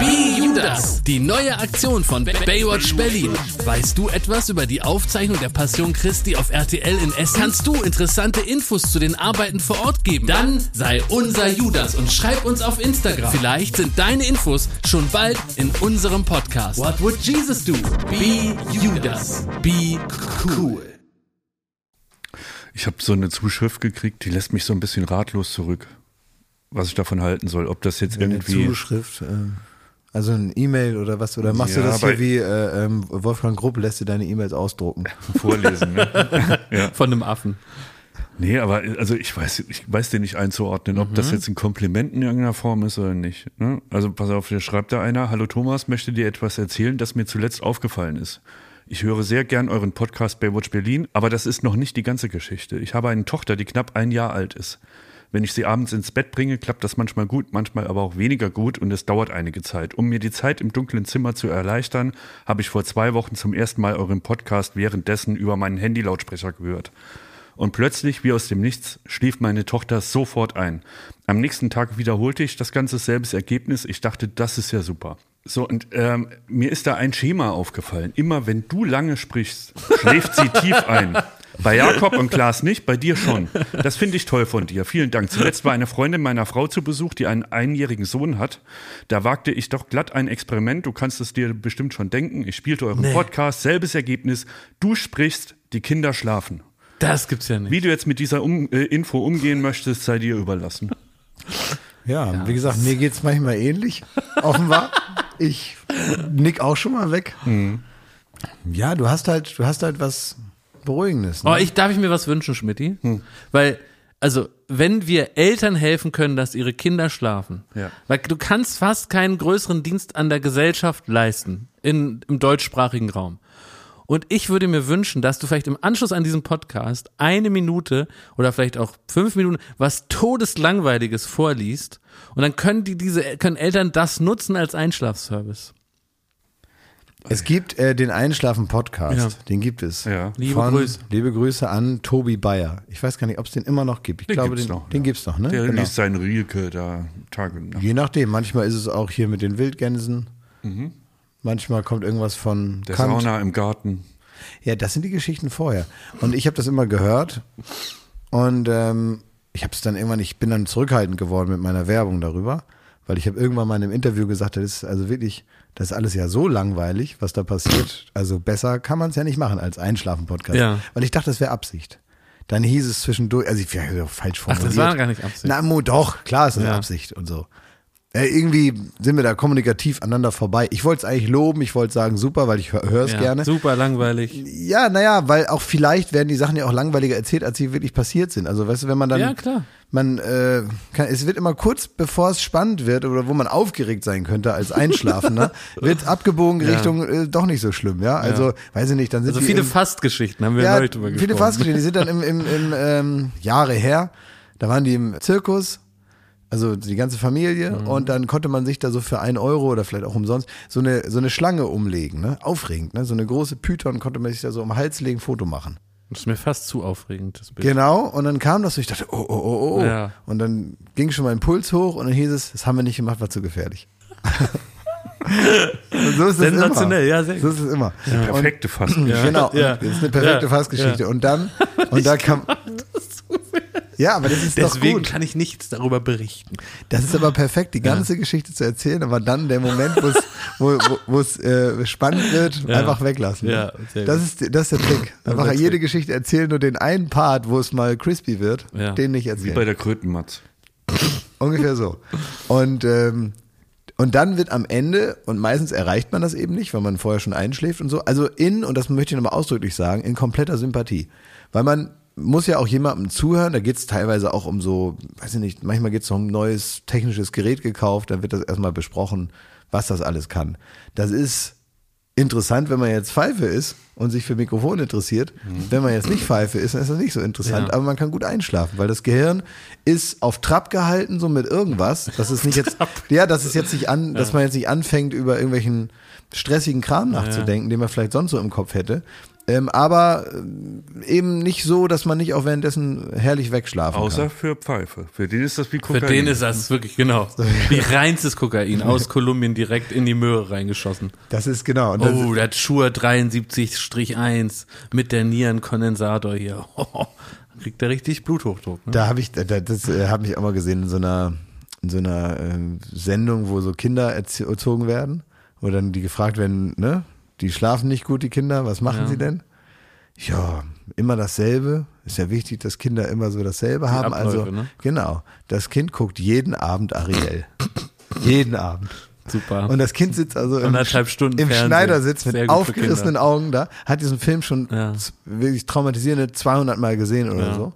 S8: Be Judas, die neue Aktion von Baywatch Berlin. Weißt du etwas über die Aufzeichnung der Passion Christi auf RTL in Essen? Kannst du interessante Infos zu den Arbeiten vor Ort geben? Dann sei unser Judas und schreib uns auf Instagram. Vielleicht sind deine Infos schon bald in unserem Podcast. What would Jesus do? Be Judas. Be cool.
S2: Ich habe so eine Zuschrift gekriegt, die lässt mich so ein bisschen ratlos zurück, was ich davon halten soll. Ob das jetzt
S1: Eine
S2: irgendwie.
S1: Zuschrift, ähm, also ein E-Mail oder was? Oder machst
S2: Ja,
S1: du das hier
S2: aber-
S1: wie äh, ähm, Wolfgang Grupp, lässt dir deine E-Mails ausdrucken?
S2: vorlesen.
S1: <laughs>
S2: Ne? ja.
S3: Von einem Affen.
S2: Nee, aber also ich weiß, ich weiß den nicht einzuordnen, ob das jetzt ein Kompliment in irgendeiner Form ist oder nicht. Ne? Also pass auf, hier schreibt da einer, hallo Thomas, möchte dir etwas erzählen, das mir zuletzt aufgefallen ist. Ich höre sehr gern euren Podcast Baywatch Berlin, aber das ist noch nicht die ganze Geschichte. Ich habe eine Tochter, die knapp ein Jahr alt ist. Wenn ich sie abends ins Bett bringe, klappt das manchmal gut, manchmal aber auch weniger gut und es dauert einige Zeit. Um mir die Zeit im dunklen Zimmer zu erleichtern, habe ich vor zwei Wochen zum ersten Mal euren Podcast währenddessen über meinen Handylautsprecher gehört. Und plötzlich, wie aus dem Nichts, schlief meine Tochter sofort ein. Am nächsten Tag wiederholte ich das ganze selbes Ergebnis. Ich dachte, das ist ja super. So, und ähm, mir ist da ein Schema aufgefallen. Immer wenn du lange sprichst, schläft sie tief ein. Bei Jakob und Klaas nicht, bei dir schon. Das finde ich toll von dir. Vielen Dank. Zuletzt war eine Freundin meiner Frau zu Besuch, die einen einjährigen Sohn hat. Da wagte ich doch glatt ein Experiment. Du kannst es dir bestimmt schon denken. Ich spielte euren Podcast, selbes Ergebnis. Du sprichst, die Kinder schlafen.
S3: Das gibt's ja nicht.
S2: Wie du jetzt mit dieser um, äh, Info umgehen möchtest, sei dir überlassen.
S1: Ja, wie gesagt, mir geht's manchmal
S2: <laughs>
S1: ähnlich, offenbar. Ich nick auch schon mal weg.
S2: Hm.
S1: Ja, du hast halt, du hast halt was Beruhigendes. Ne?
S3: Oh, ich, darf ich mir was wünschen, Schmidti? Weil, also, wenn wir Eltern helfen können, dass ihre Kinder schlafen,
S2: Ja.
S3: weil du kannst fast keinen größeren Dienst an der Gesellschaft leisten in, im deutschsprachigen Raum. Und ich würde mir wünschen, dass du vielleicht im Anschluss an diesen Podcast eine Minute oder vielleicht auch fünf Minuten was Todeslangweiliges vorliest. Und dann können die diese, können Eltern das nutzen als Einschlafservice.
S1: Es gibt äh, den Einschlafen-Podcast,
S3: Ja.
S1: den gibt es.
S2: Ja.
S3: Liebe
S1: Von,
S3: Grüße.
S1: Liebe Grüße an Tobi Bayer. Ich weiß gar nicht, ob es den immer noch gibt. Ich glaube,
S2: gibt's
S1: den,
S2: noch,
S1: den
S2: ja.
S1: gibt's noch, ne?
S2: Der
S1: Genau.
S2: liest sein Rielke da Tag und Nacht.
S1: Je nachdem, manchmal ist es auch hier mit den Wildgänsen. Manchmal kommt irgendwas von
S2: Mhm. Der
S1: Kant.
S2: Sauna im Garten.
S1: Ja, das sind die Geschichten vorher. Und ich habe das immer gehört und ähm, ich habe es dann irgendwann, ich bin dann zurückhaltend geworden mit meiner Werbung darüber, weil ich habe irgendwann mal in einem Interview gesagt, das ist also wirklich, das ist alles ja so langweilig, was da passiert. Also besser kann man es ja nicht machen als Einschlafen-Podcast.
S3: Ja.
S1: Weil ich dachte, das wäre Absicht. Dann hieß es zwischendurch, also ich habe falsch
S3: das
S1: formuliert.
S3: war gar nicht Absicht.
S1: Na, Mo, doch, klar ist eine
S3: Ja.
S1: Absicht und so. Äh, irgendwie sind wir da kommunikativ aneinander vorbei. Ich wollte es eigentlich loben, ich wollte sagen super, weil ich höre es
S3: Ja,
S1: gerne.
S3: Super langweilig.
S1: Ja, naja, weil auch vielleicht werden die Sachen ja auch langweiliger erzählt, als sie wirklich passiert sind. Also weißt du, wenn man dann.
S3: Ja, klar.
S1: Man, äh, kann, es wird immer kurz, bevor es spannend wird oder wo man aufgeregt sein könnte als
S3: <laughs>
S1: Einschlafender, wird abgebogen Richtung äh, doch nicht so schlimm, ja. Also, weiß ich nicht, dann sind
S3: Also
S1: die
S3: viele
S1: im,
S3: Fastgeschichten haben wir
S1: ja,
S3: neulich drüber gesprochen.
S1: Viele Fastgeschichten, die sind dann im, im, im ähm, Jahre her. Da waren die im Zirkus, also die ganze Familie,
S3: Mhm.
S1: und dann konnte man sich da so für einen Euro oder vielleicht auch umsonst so eine, so eine Schlange umlegen, ne? Aufregend, ne? So eine große Python konnte man sich da so um den Hals legen, Foto machen.
S3: Das ist mir fast zu aufregend, das Bild.
S1: Genau, und dann kam das und ich dachte, oh, oh, oh, oh.
S3: Ja.
S1: Und dann ging schon mein Puls hoch und dann hieß es, das haben wir nicht gemacht, war zu gefährlich. <laughs> und so ist es
S3: Sensationell,
S1: immer.
S3: ja, sehr
S1: So ist es immer. Und-
S2: Perfekte fast.
S1: <laughs>
S2: Ja.
S1: Genau, und
S3: Ja.
S1: das ist eine perfekte
S3: Ja.
S1: Fassgeschichte. Und dann, und da
S3: <laughs>
S1: kam. Ja, aber das ist
S3: Deswegen
S1: doch gut.
S3: kann ich nichts darüber berichten.
S1: Das ist aber perfekt, die ganze Geschichte zu erzählen, aber dann der Moment,
S3: <laughs>
S1: wo es, wo, wo, wo es äh, spannend wird, einfach weglassen.
S3: Ja, sehr
S1: das,
S3: gut.
S1: ist, das ist der Trick. Einfach
S3: der
S1: jede Geschichte erzählen, nur den einen Part, wo es mal crispy wird,
S3: Ja.
S1: den nicht
S2: Wie
S1: erzählen.
S2: bei der Krötenmatz.
S1: Ungefähr so. Und, ähm, und dann wird am Ende, und meistens erreicht man das eben nicht, weil man vorher schon einschläft und so, also in, und das möchte ich nochmal ausdrücklich sagen, in kompletter Sympathie. Weil man muss ja auch jemandem zuhören, da geht es teilweise auch um so, weiß ich nicht, manchmal geht es um ein neues technisches Gerät gekauft, dann wird das erstmal besprochen, was das alles kann. Das ist interessant, wenn man jetzt Pfeife ist und sich für Mikrofon interessiert. Wenn man jetzt nicht Pfeife ist, dann ist das nicht so interessant, aber man kann gut einschlafen, weil das Gehirn ist auf Trab gehalten, so mit irgendwas. Das ist nicht jetzt, ja, das ist jetzt nicht an, dass man jetzt nicht anfängt, über irgendwelchen stressigen Kram nachzudenken, den man vielleicht sonst so im Kopf hätte. Ähm, aber ähm, eben nicht so, dass man nicht auch währenddessen herrlich wegschlafen
S2: Außer für Pfeife. Für den ist das wie
S3: Für
S2: Kokain.
S3: den ist das wirklich,
S1: <laughs>
S3: genau. Wie reinstes Kokain aus Kolumbien direkt in die Möhre reingeschossen.
S1: kann. Das ist genau. Und das,
S3: Oh, das Schur 73-1 mit der Nierenkondensator hier. <laughs> kriegt er richtig Bluthochdruck. Ne?
S1: Da habe ich, da, da- das äh, habe ich auch mal gesehen in so einer, in so einer ähm, Sendung, wo so Kinder erzie- erzogen werden, wo dann die gefragt werden, ne, die schlafen nicht gut, die Kinder, was machen sie denn? Ja, immer dasselbe. Ist ja wichtig, dass Kinder immer so dasselbe haben.
S3: Abläufe,
S1: also
S3: ne?
S1: genau, das Kind guckt jeden Abend Ariel, jeden Abend.
S3: Super.
S1: Und das Kind sitzt also im,
S3: Anderthalb Stunden
S1: im
S3: Fernsehen.
S1: Schneidersitz
S3: Sehr
S1: mit
S3: gut für
S1: aufgerissenen Augen da, hat diesen Film schon
S3: Ja.
S1: z- wirklich traumatisierende 200 Mal gesehen oder
S3: Ja.
S1: so.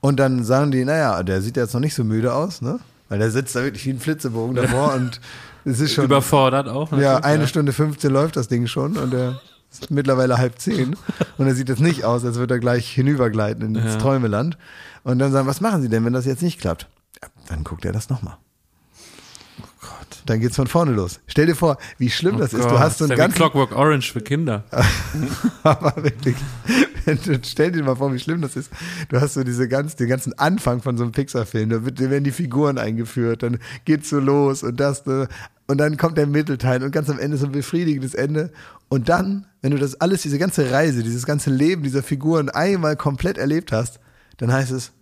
S1: Und dann sagen die, naja, der sieht jetzt noch nicht so müde aus, ne? Weil der sitzt da wirklich wie ein Flitzebogen
S3: <laughs>
S1: davor und es ist schon,
S3: Überfordert auch.
S1: ja,
S3: natürlich,
S1: eine Stunde 15 läuft das Ding schon und er ist mittlerweile halb zehn und er sieht jetzt nicht aus, als würde er gleich hinübergleiten ins Träumeland. Und dann sagen, was machen sie denn, wenn das jetzt nicht klappt? Ja, dann guckt er das nochmal.
S3: Oh
S1: Dann geht's von vorne los. Stell dir vor, wie schlimm das ist. Du
S3: Gott,
S1: hast so
S3: Oh,
S1: einen
S3: ist ja wie
S1: ganzen
S3: Clockwork Orange für Kinder.
S1: <laughs> aber wirklich, wenn du, stell dir mal vor, wie schlimm das ist. Du hast so diese ganz, den ganzen Anfang von so einem Pixar-Film, da wird- da werden die Figuren eingeführt, dann geht's so los und das, ne, und dann kommt der Mittelteil und ganz am Ende so ein befriedigendes Ende. Und dann, wenn du das alles, diese ganze Reise, dieses ganze Leben dieser Figuren einmal komplett erlebt hast, dann heißt es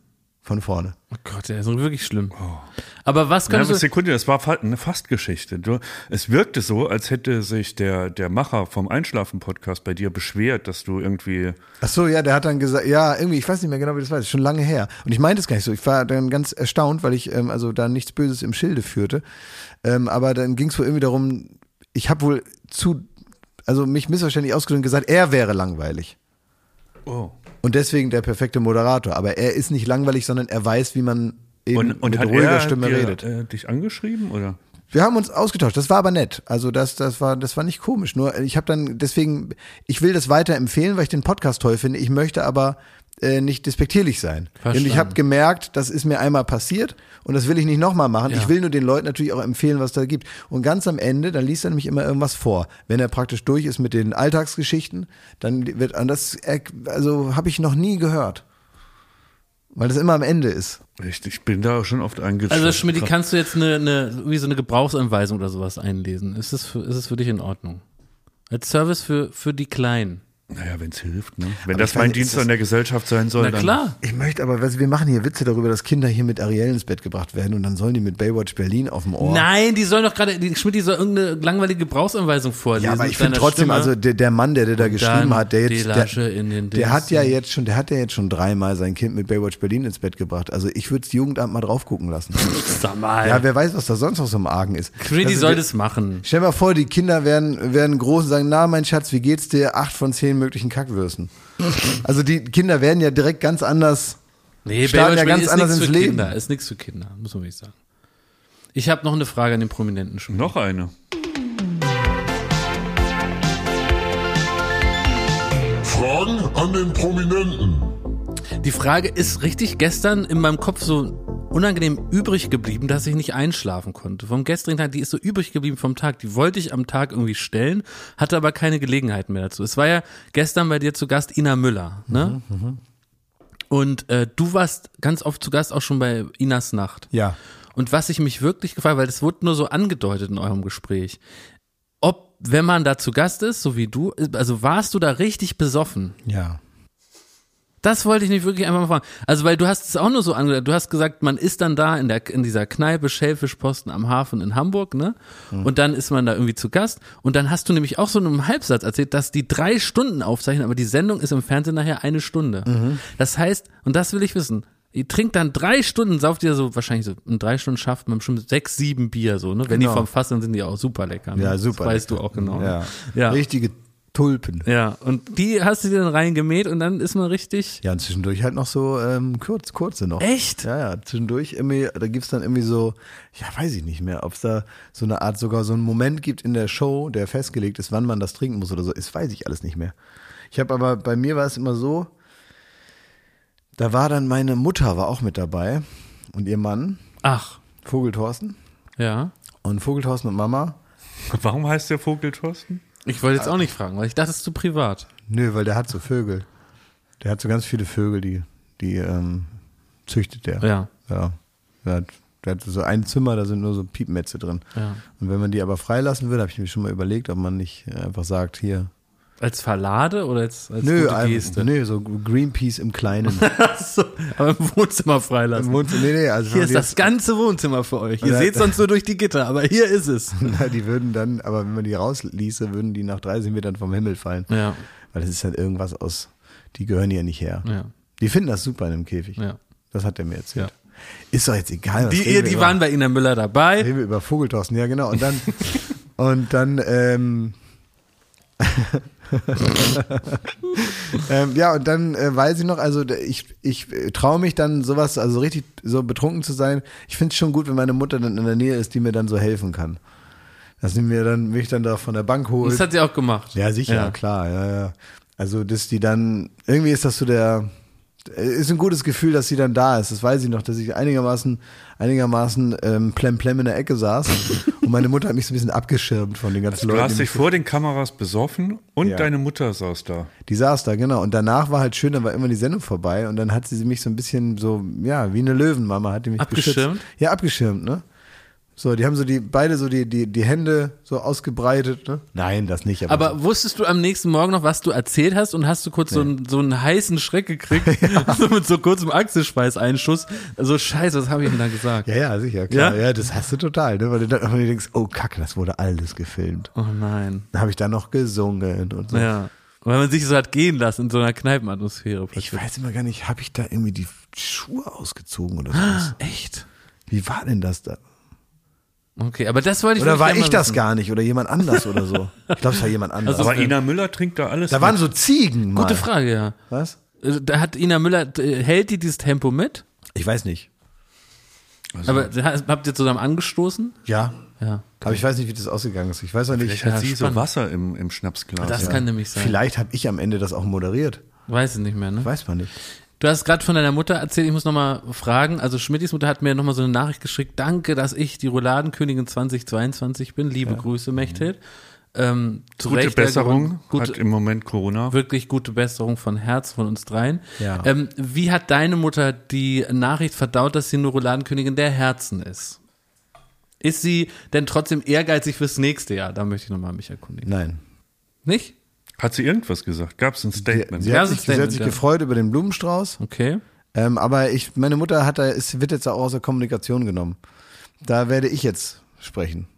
S1: von vorne.
S3: Oh Gott, der ist wirklich schlimm.
S1: Oh.
S3: Aber was
S2: Ja,
S3: kannst
S2: aber
S3: du...
S2: Sekunde, das war fa- eine Fastgeschichte. Du, es wirkte so, als hätte sich der, der Macher vom Einschlafen-Podcast bei dir beschwert, dass du irgendwie.
S1: Ach so, ja, der hat dann gesagt, ja, irgendwie, ich weiß nicht mehr genau, wie das war, das ist schon lange her. Und ich meinte es gar nicht so. Ich war dann ganz erstaunt, weil ich ähm, also da nichts Böses im Schilde führte. Ähm, aber dann ging es wohl irgendwie darum, ich habe wohl zu, also mich missverständlich ausgedrückt und gesagt, er wäre langweilig.
S2: Oh.
S1: Und deswegen der perfekte Moderator. Aber er ist nicht langweilig, sondern er weiß, wie man eben
S2: Und, und
S1: mit
S2: hat
S1: ruhiger
S2: er
S1: Stimme
S2: dir,
S1: redet.
S2: Äh, dich angeschrieben? Oder?
S1: Wir haben uns ausgetauscht. Das war aber nett. Also das, das war, das war nicht komisch. Nur äh, ich habe dann deswegen, ich will das weiterempfehlen, weil ich den Podcast toll finde. Ich möchte aber äh, nicht despektierlich sein. Und ich habe gemerkt, das ist mir einmal passiert und das will ich nicht nochmal machen. Ich will nur den Leuten natürlich auch empfehlen, was da gibt. Und ganz am Ende, dann liest er nämlich immer irgendwas vor. Wenn er praktisch durch ist mit den Alltagsgeschichten, dann wird an das, also habe ich noch nie gehört. Weil das immer am Ende ist.
S2: Ich, ich bin da schon oft eingeschrieben.
S3: Also Schmidt, kannst du jetzt eine, eine, wie so eine Gebrauchsanweisung oder sowas einlesen? Ist es für, ist es für dich in Ordnung? Als Service für, für die Kleinen.
S2: Naja, wenn es hilft. Ne? Wenn das
S1: ich meine,
S2: mein
S1: ist
S2: Dienst
S1: das-
S2: an der Gesellschaft sein soll,
S3: Na
S2: dann.
S3: klar.
S1: Ich möchte aber, weißt du, wir machen hier Witze darüber, dass Kinder hier mit Ariel ins Bett gebracht werden und dann sollen die mit Baywatch Berlin auf dem Ohr.
S3: Nein, die sollen doch gerade, die Schmidt, die soll irgendeine langweilige Gebrauchsanweisung vorlesen.
S1: ja, aber
S3: mit
S1: ich finde
S3: seiner
S1: trotzdem,
S3: Stimme.
S1: also der, der Mann, der, der da geschrieben
S3: dann
S1: hat, der
S3: die
S1: jetzt,
S3: Lasche
S1: der,
S3: in den
S1: der hat
S3: Dings.
S1: ja jetzt schon, der hat ja jetzt schon dreimal sein Kind mit Baywatch Berlin ins Bett gebracht. Also ich würde das Jugendamt mal drauf gucken lassen.
S3: <laughs> Sag mal.
S1: ja, wer weiß, was da sonst noch so im Argen ist.
S3: Schmidt, die
S1: Also
S3: soll
S1: wir-
S3: das machen.
S1: Stell dir mal vor, die Kinder werden, werden groß und sagen, na mein Schatz, wie geht's dir? Acht von zehn möglichen Kackwürsten. Also die Kinder werden ja direkt ganz anders.
S3: Nee,
S1: starten
S3: Baywatch
S1: ja ganz
S3: Berlin ist
S1: anders
S3: nichts
S1: ins
S3: für
S1: Leben.
S3: Kinder, ist nichts für Kinder, muss man wirklich sagen. Ich habe noch eine Frage an den prominenten Schmidt.
S2: Noch eine.
S6: Fragen an den Prominenten.
S3: Die Frage ist richtig gestern in meinem Kopf so unangenehm übrig geblieben, dass ich nicht einschlafen konnte. Vom gestrigen Tag, die ist so übrig geblieben vom Tag. Die wollte ich am Tag irgendwie stellen, hatte aber keine Gelegenheit mehr dazu. Es war ja gestern bei dir zu Gast Ina Müller, ne? Und äh, du warst ganz oft zu Gast auch schon bei Inas Nacht.
S1: Ja.
S3: Und was ich mich wirklich gefragt, weil das wurde nur so angedeutet in eurem Gespräch, ob, wenn man da zu Gast ist, so wie du, also warst du da richtig besoffen?
S1: Ja.
S3: Das wollte ich nicht wirklich einfach mal fragen. Also, weil du hast es auch nur so angedeutet. Du hast gesagt, man ist dann da in, der, in dieser Kneipe Schellfischposten am Hafen in Hamburg, ne?
S1: Mhm.
S3: Und dann ist man da irgendwie zu Gast. Und dann hast du nämlich auch so einen Halbsatz erzählt, dass die drei Stunden aufzeichnen, aber die Sendung ist im Fernsehen nachher eine Stunde.
S1: Mhm.
S3: Das heißt, und das will ich wissen, ihr trinkt dann drei Stunden, sauft ihr so, wahrscheinlich so, in drei Stunden schafft man bestimmt sechs, sieben Bier, so, ne? Wenn
S1: Genau.
S3: die vom Fass sind, sind die auch super lecker. Ne?
S1: Ja, super.
S3: Das weißt du auch genau.
S1: Ja.
S3: Ja.
S1: Richtige Tulpen.
S3: Ja, und die hast du dir dann reingemäht und dann ist man richtig.
S1: Ja, und zwischendurch halt noch so ähm, kurz, kurze noch.
S3: Echt?
S1: Ja, ja, zwischendurch irgendwie, da gibt's dann irgendwie so, ja, weiß ich nicht mehr, ob es da so eine Art, sogar so einen Moment gibt in der Show, der festgelegt ist, wann man das trinken muss oder so, ist, weiß ich alles nicht mehr. Ich habe aber, bei mir war es immer so, da war dann meine Mutter, war auch mit dabei und ihr Mann,
S3: Ach,
S1: Vogelthorsten.
S3: ja.
S1: Und Vogelthorsten und Mama,
S2: <laughs> Warum heißt der Vogel Thorsten?
S3: Ich wollte jetzt auch nicht fragen, weil ich dachte, es ist zu privat.
S1: nö, weil der hat so Vögel. Der hat so ganz viele Vögel, die, die ähm, züchtet der.
S3: Ja.
S1: Ja. Der hat, der hat so ein Zimmer, da sind nur so Piepmetze drin.
S3: Ja.
S1: Und wenn man die aber freilassen würde, habe ich mir schon mal überlegt, ob man nicht äh, einfach sagt, hier.
S3: Als Verlade oder als, als
S1: Nö,
S3: gute
S1: ein-
S3: Geste?
S1: nö, so Greenpeace im
S3: <laughs>
S1: Kleinen.
S3: So, aber im Wohnzimmer freilassen.
S1: Im Wohnz- nee, nee, also wenn
S3: hier ist
S1: man
S3: das ganze Wohnzimmer für euch. Ihr
S1: Ja.
S3: seht sonst nur durch die Gitter, aber hier ist es.
S1: die, jetzt, <laughs> na, die würden dann, aber wenn man die rausließe, würden die nach 30 Metern vom Himmel fallen.
S3: Ja.
S1: Weil das ist dann irgendwas aus, die gehören ja nicht her.
S3: Ja.
S1: Die finden das super in einem Käfig.
S3: Ja.
S1: Das hat er mir erzählt. Ist doch jetzt egal. was
S3: Die,
S1: reden
S3: ihr,
S1: wir
S3: die
S1: über-
S3: waren bei Ina Müller dabei.
S1: Reden wir über Vogeltorsten, ja genau. Und dann, und dann, ähm, <laughs> ähm, ja, und dann äh, weiß ich noch, also d- ich, ich äh, traue mich dann sowas, also richtig so betrunken zu sein. Ich finde es schon gut, wenn meine Mutter dann in der Nähe ist, die mir dann so helfen kann. Dass sie mir dann, mich dann da von der Bank holt.
S3: Das hat sie auch gemacht.
S1: Ja, sicher,
S3: Ja.
S1: klar, ja, ja. Also, dass die dann, irgendwie ist das so der, ist ein gutes Gefühl, dass sie dann da ist. Das weiß ich noch, dass ich einigermaßen, einigermaßen ähm, plemplem in der Ecke
S3: <laughs>
S1: saß und meine Mutter hat mich so ein bisschen abgeschirmt von den ganzen
S2: Du
S3: Also
S1: Leuten.
S2: hast
S1: die
S2: dich vor den Kameras besoffen und
S1: Ja.
S2: deine Mutter saß da.
S1: Die saß da, genau. Und danach war halt schön, dann war immer die Sendung vorbei und dann hat sie mich so ein bisschen so, ja, wie eine Löwenmama hat die mich
S3: Abgeschirmt?
S1: Beschützt. Ja, abgeschirmt, ne? So, die haben so die, beide so die, die, die Hände so ausgebreitet, ne? Nein, das nicht, so-
S3: Aber wusstest du am nächsten Morgen noch, was du erzählt hast und hast du kurz so, einen, so einen heißen
S1: <laughs>
S3: Schreck gekriegt, so mit so kurzem Achselschweißeinschuss? So scheiße, was habe ich denn da gesagt?
S1: Ja, ja, sicher, klar.
S3: Ja?
S1: Ja, das hast du total, ne? Weil du dann auch denkst, oh Kacke, das wurde alles gefilmt.
S3: Oh nein.
S1: Dann habe ich da noch gesungen und so.
S3: Ja. Weil man sich so hat gehen lassen in so einer Kneipenatmosphäre.
S1: Ich weiß immer gar nicht, habe ich da irgendwie die Schuhe ausgezogen oder
S3: Ah.
S1: sowas?
S3: Echt?
S1: Wie war denn das da?
S3: Okay, aber das wollte ich
S1: Oder
S3: wirklich
S1: war
S3: gerne
S1: ich
S3: mal
S1: das
S3: wissen. Also
S1: gar nicht oder jemand anders oder
S3: <laughs>
S1: so? Ich glaube, es war jemand anders.
S2: Aber
S1: Aber
S2: Ina Müller trinkt da alles.
S1: da waren so Ziegen mal.
S3: Gute Frage, ja.
S1: Was?
S3: Also, Da hat Ina Müller, äh, hält die dieses Tempo mit?
S1: Ich weiß nicht. Also-
S3: Aber ha- habt ihr zusammen angestoßen?
S1: Ja.
S3: Ja.
S1: Aber ich weiß nicht, wie das ausgegangen ist. Ich weiß auch nicht.
S2: Vielleicht hat
S3: Ja,
S2: sie
S3: spannend.
S2: so Wasser im, im Schnapsglas.
S3: Das kann nämlich sein.
S1: Vielleicht habe ich am Ende das auch moderiert.
S3: Weiß ich nicht mehr, ne?
S1: Weiß man nicht.
S3: Du hast gerade von deiner Mutter erzählt, ich muss nochmal fragen. Also Schmittis Mutter hat mir nochmal so eine Nachricht geschickt. Danke, dass ich die Rouladenkönigin 2022 bin. Liebe Grüße,
S1: Mhm.
S3: Mechthild. Ähm, zu
S2: Gute
S3: Recht, äh,
S2: Besserung.
S3: Gute,
S2: Hat im Moment Corona.
S3: wirklich gute Besserung von Herz von uns dreien.
S1: Ja.
S3: Ähm, wie hat deine Mutter die Nachricht verdaut, dass sie nur Rouladenkönigin der Herzen ist? Ist sie denn trotzdem ehrgeizig fürs nächste Jahr? Da möchte ich nochmal mich erkundigen.
S1: Nein.
S3: Nicht?
S2: Hat sie irgendwas gesagt? Gab es ein
S1: Sie,
S2: Statement?
S1: sie,
S3: Ja,
S1: hat
S3: so
S1: sich, sie hat
S3: Statement,
S1: sich
S3: ja.
S1: gefreut über den Blumenstrauß.
S3: Okay.
S1: Ähm, aber ich, meine Mutter hat da, es wird jetzt auch aus der Kommunikation genommen. Da werde ich jetzt sprechen.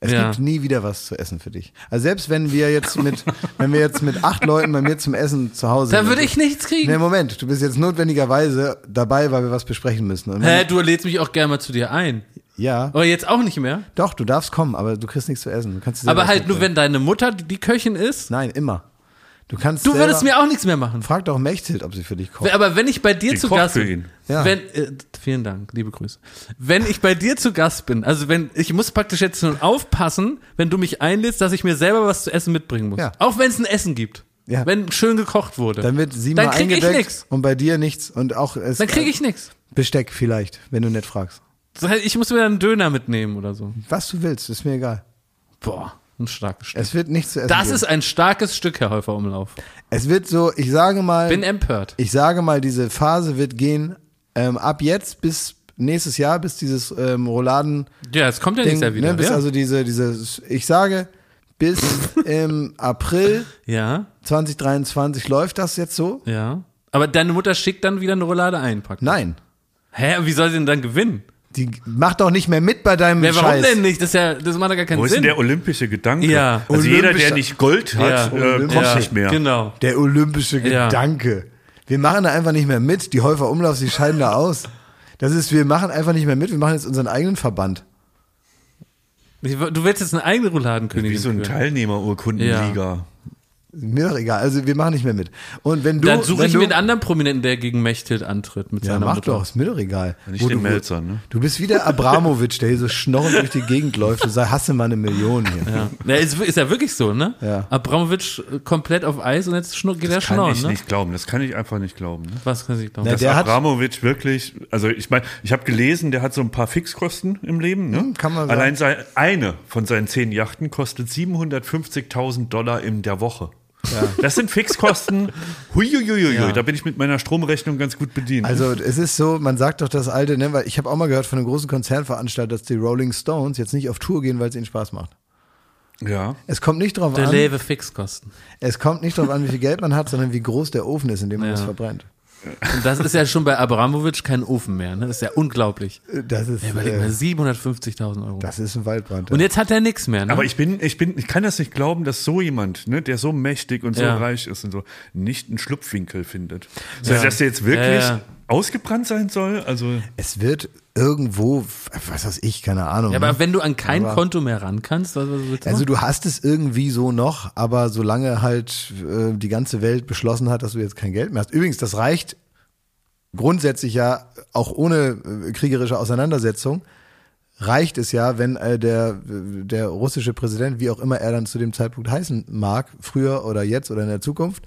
S1: Es
S3: Ja.
S1: gibt nie wieder was zu essen für dich. Also selbst wenn wir jetzt
S3: <laughs>
S1: mit, wenn wir jetzt mit acht Leuten bei mir zum Essen zu Hause
S3: Da würde ich nichts kriegen.
S1: Nee, Moment, du bist jetzt notwendigerweise dabei, weil wir was besprechen müssen. Und wenn-
S3: Hä, du lädst mich auch gerne mal zu dir ein.
S1: Ja,
S3: Aber jetzt auch nicht mehr.
S1: doch, du darfst kommen, aber du kriegst nichts zu essen. Du kannst dir selber
S3: Aber halt
S1: was
S3: nur,
S1: mitbringen.
S3: wenn deine Mutter die die Köchin ist.
S1: Nein, immer. Du kannst.
S3: Du
S1: selber-
S3: würdest mir auch nichts mehr machen.
S1: Frag doch Mechthild, ob sie für dich kommt.
S3: Aber wenn ich bei dir
S2: Die
S3: zu
S2: kocht
S3: Gast
S2: für
S3: bin,
S2: ihn.
S1: Ja.
S3: wenn, äh, vielen Dank, liebe Grüße. Wenn ich bei dir zu Gast bin, also wenn ich muss praktisch jetzt nun aufpassen, wenn du mich einlädst, dass ich mir selber was zu essen mitbringen muss,
S1: Ja.
S3: auch wenn es ein Essen gibt.
S1: Ja.
S3: Wenn schön gekocht wurde.
S1: Dann wird sie
S3: Dann
S1: mal
S3: krieg ich
S1: eingedeckt
S3: nix.
S1: und bei dir nichts. Und auch es,
S3: Dann kriege ich nichts.
S1: Besteck vielleicht, wenn du nicht fragst.
S3: Das heißt, ich muss mir dann einen Döner mitnehmen oder so.
S1: Was du willst, ist mir egal.
S3: Boah, ein starkes Stück.
S1: Es wird nichts zu essen.
S3: Das
S1: geben.
S3: ist ein starkes Stück, Herr Häufer Umlauf.
S1: es wird so, ich sage mal,
S3: Bin empört.
S1: Ähm, ich sage mal, diese Phase wird gehen ähm, ab jetzt bis nächstes Jahr, bis dieses ähm, Rouladen
S3: Ja, jetzt kommt ja nichts ja wieder.
S1: ne, bis
S3: ja.
S1: also diese, diese, ich sage,
S3: <laughs>
S1: bis im April
S3: ja,
S1: 2023 läuft das jetzt so?
S3: ja. Aber deine Mutter schickt dann wieder eine Roulade ein, praktisch.
S1: Nein.
S3: Hä, wie soll sie denn dann gewinnen?
S1: Die macht doch nicht mehr mit bei deinem
S3: Ja, warum
S1: Scheiß.
S3: denn nicht? Das, ist ja, das macht ja gar keinen
S2: Wo ist denn
S3: Sinn.
S2: der olympische Gedanke?
S3: Ja.
S2: Also jeder, der
S1: Olympischer-
S2: nicht Gold hat,
S3: Ja.
S2: äh, kommt
S3: ja,
S2: nicht mehr.
S3: Genau.
S1: Der olympische
S3: Ja.
S1: Gedanke. Wir machen da einfach nicht mehr mit. Die Häufer Umlauf, die scheiden da aus. Das ist, wir machen einfach nicht mehr mit. Wir machen jetzt unseren eigenen Verband.
S3: Ich w- Du willst jetzt eine eigene Rouladenkönigin.
S2: Wie so eine
S3: führen.
S2: Teilnehmerurkundenliga.
S1: Mir doch egal. Also wir machen nicht mehr mit. Und wenn du,
S3: Dann suche
S1: wenn
S3: ich
S1: du,
S3: mir einen anderen Prominenten, der gegen Mechthild antritt mit
S1: Ja,
S3: seiner
S1: mach
S3: Mutter.
S1: doch. Ist mir doch egal.
S2: Nicht
S1: Wo
S2: den
S1: du-
S2: Melzer, ne?
S1: Du bist wie der Abramowitsch, der hier so schnorrend durch die Gegend läuft und sagt, hasse mal eine Million hier.
S3: Ja. Na, ist, ist ja wirklich so, ne?
S1: Ja.
S3: Abramowitsch äh, komplett auf Eis und jetzt schnur, geht er
S2: Kann
S3: schnorren,
S2: ich
S3: ne?
S2: nicht glauben. Das kann ich einfach nicht glauben. Ne?
S3: Was kann ich glauben?
S1: Na,
S2: Dass
S1: der hat-
S2: Abramovic wirklich, also ich meine, ich habe gelesen, der hat so ein paar Fixkosten im Leben. Ne?
S1: Hm, kann man sagen.
S2: Allein sein, eine von seinen zehn Yachten kostet 750.000 Dollar in der Woche. Das
S1: <laughs>
S2: sind Fixkosten. Huiuiuiui, da bin ich mit meiner Stromrechnung ganz gut bedient.
S1: Also es ist so, man sagt doch das alte, ne, weil ich habe auch mal gehört von einem großen Konzernveranstalter, dass die Rolling Stones jetzt nicht auf Tour gehen, weil es ihnen Spaß macht.
S2: ja.
S1: Es kommt nicht drauf
S3: Der
S1: an,
S3: Lewe Fixkosten.
S1: es kommt nicht drauf an, wie viel Geld man hat, sondern wie groß der Ofen ist, in dem man es verbrennt.
S3: Und das ist ja schon bei Abramowitsch kein Ofen mehr, ne? Das ist ja unglaublich.
S1: Das ist,
S3: Überleg
S1: äh,
S3: mal, 750.000 Euro.
S1: das ist ein Waldbrand. ja.
S3: Und jetzt hat er nichts mehr, ne?
S2: Aber ich bin, ich bin, ich kann das nicht glauben, dass so jemand, ne, der so mächtig und so
S3: Ja.
S2: reich ist und so, nicht einen Schlupfwinkel findet. So, dass der jetzt
S3: Ja,
S2: wirklich
S3: ja.
S2: ausgebrannt sein soll. Also
S1: es wird irgendwo, was weiß ich, keine Ahnung.
S3: ja, aber
S1: ne?
S3: wenn du an kein Konto mehr ran kannst, was, was willst du
S1: also
S3: machen?
S1: du hast es irgendwie so noch, aber solange halt äh, die ganze Welt beschlossen hat, dass du jetzt kein Geld mehr hast. Übrigens, das reicht grundsätzlich ja auch ohne äh, kriegerische Auseinandersetzung. reicht es ja, wenn äh, der, der russische Präsident, wie auch immer er dann zu dem Zeitpunkt heißen mag, früher oder jetzt oder in der Zukunft,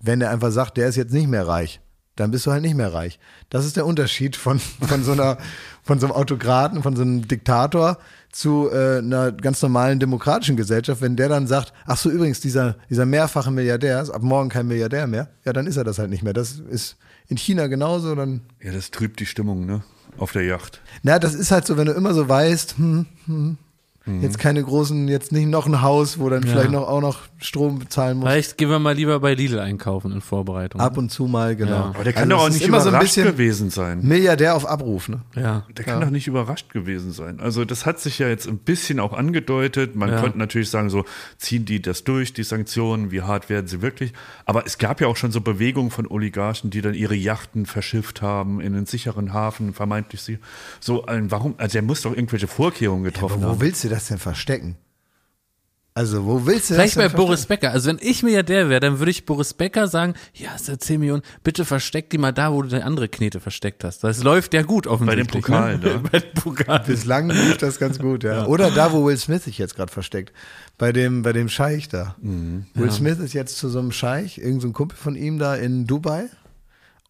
S1: wenn er einfach sagt, der ist jetzt nicht mehr reich, dann bist du halt nicht mehr reich. Das ist der Unterschied von, von so einer, von so einem Autokraten, von so einem Diktator zu äh, einer ganz normalen demokratischen Gesellschaft. Wenn der dann sagt, ach so, übrigens, dieser, dieser mehrfache Milliardär ist ab morgen kein Milliardär mehr, ja, dann ist er das halt nicht mehr. Das ist in China genauso, dann
S2: Ja, das trübt die Stimmung, ne? Auf der Yacht.
S1: na, das ist halt so, wenn du immer so weißt, hm, hm,
S2: Mhm.
S1: jetzt keine großen, jetzt nicht noch ein Haus, wo dann vielleicht noch auch noch Strom bezahlen musst.
S3: Vielleicht gehen wir mal lieber bei Lidl einkaufen in Vorbereitung.
S1: Ab und zu mal, genau.
S2: Aber der kann
S1: Also
S2: doch auch
S1: es ist
S2: nicht überrascht
S1: bisschen
S2: gewesen sein.
S1: Milliardär auf Abruf, ne?
S3: ja.
S2: Der kann doch nicht überrascht gewesen sein. Also das hat sich ja jetzt ein bisschen auch angedeutet. Man
S3: Ja.
S2: konnte natürlich sagen, so ziehen die das durch, die Sanktionen, wie hart werden sie wirklich. Aber es gab ja auch schon so Bewegungen von Oligarchen, die dann ihre Yachten verschifft haben in einen sicheren Hafen, vermeintlich sie. So, ein, warum? Also der muss doch irgendwelche Vorkehrungen getroffen
S1: Wo
S2: haben.
S1: willst du das denn verstecken? Also, wo willst du
S3: Vielleicht
S1: das
S3: bei
S1: denn
S3: Boris Becker. Also wenn ich Milliardär wäre, dann würde ich Boris Becker sagen, hier hast du 10 Millionen, bitte versteck die mal da, wo du deine andere Knete versteckt hast. Das läuft ja gut offensichtlich.
S2: Pokalen, <laughs>
S3: ne?
S2: ja.
S3: Bei den Pokalen. <laughs>
S1: Bislang lief das ganz gut, ja. Oder da, wo Will Smith sich jetzt gerade versteckt. Bei dem, bei dem Scheich da.
S3: Mhm.
S1: Will Smith ist jetzt zu so einem Scheich, irgendein so ein Kumpel von ihm da in Dubai.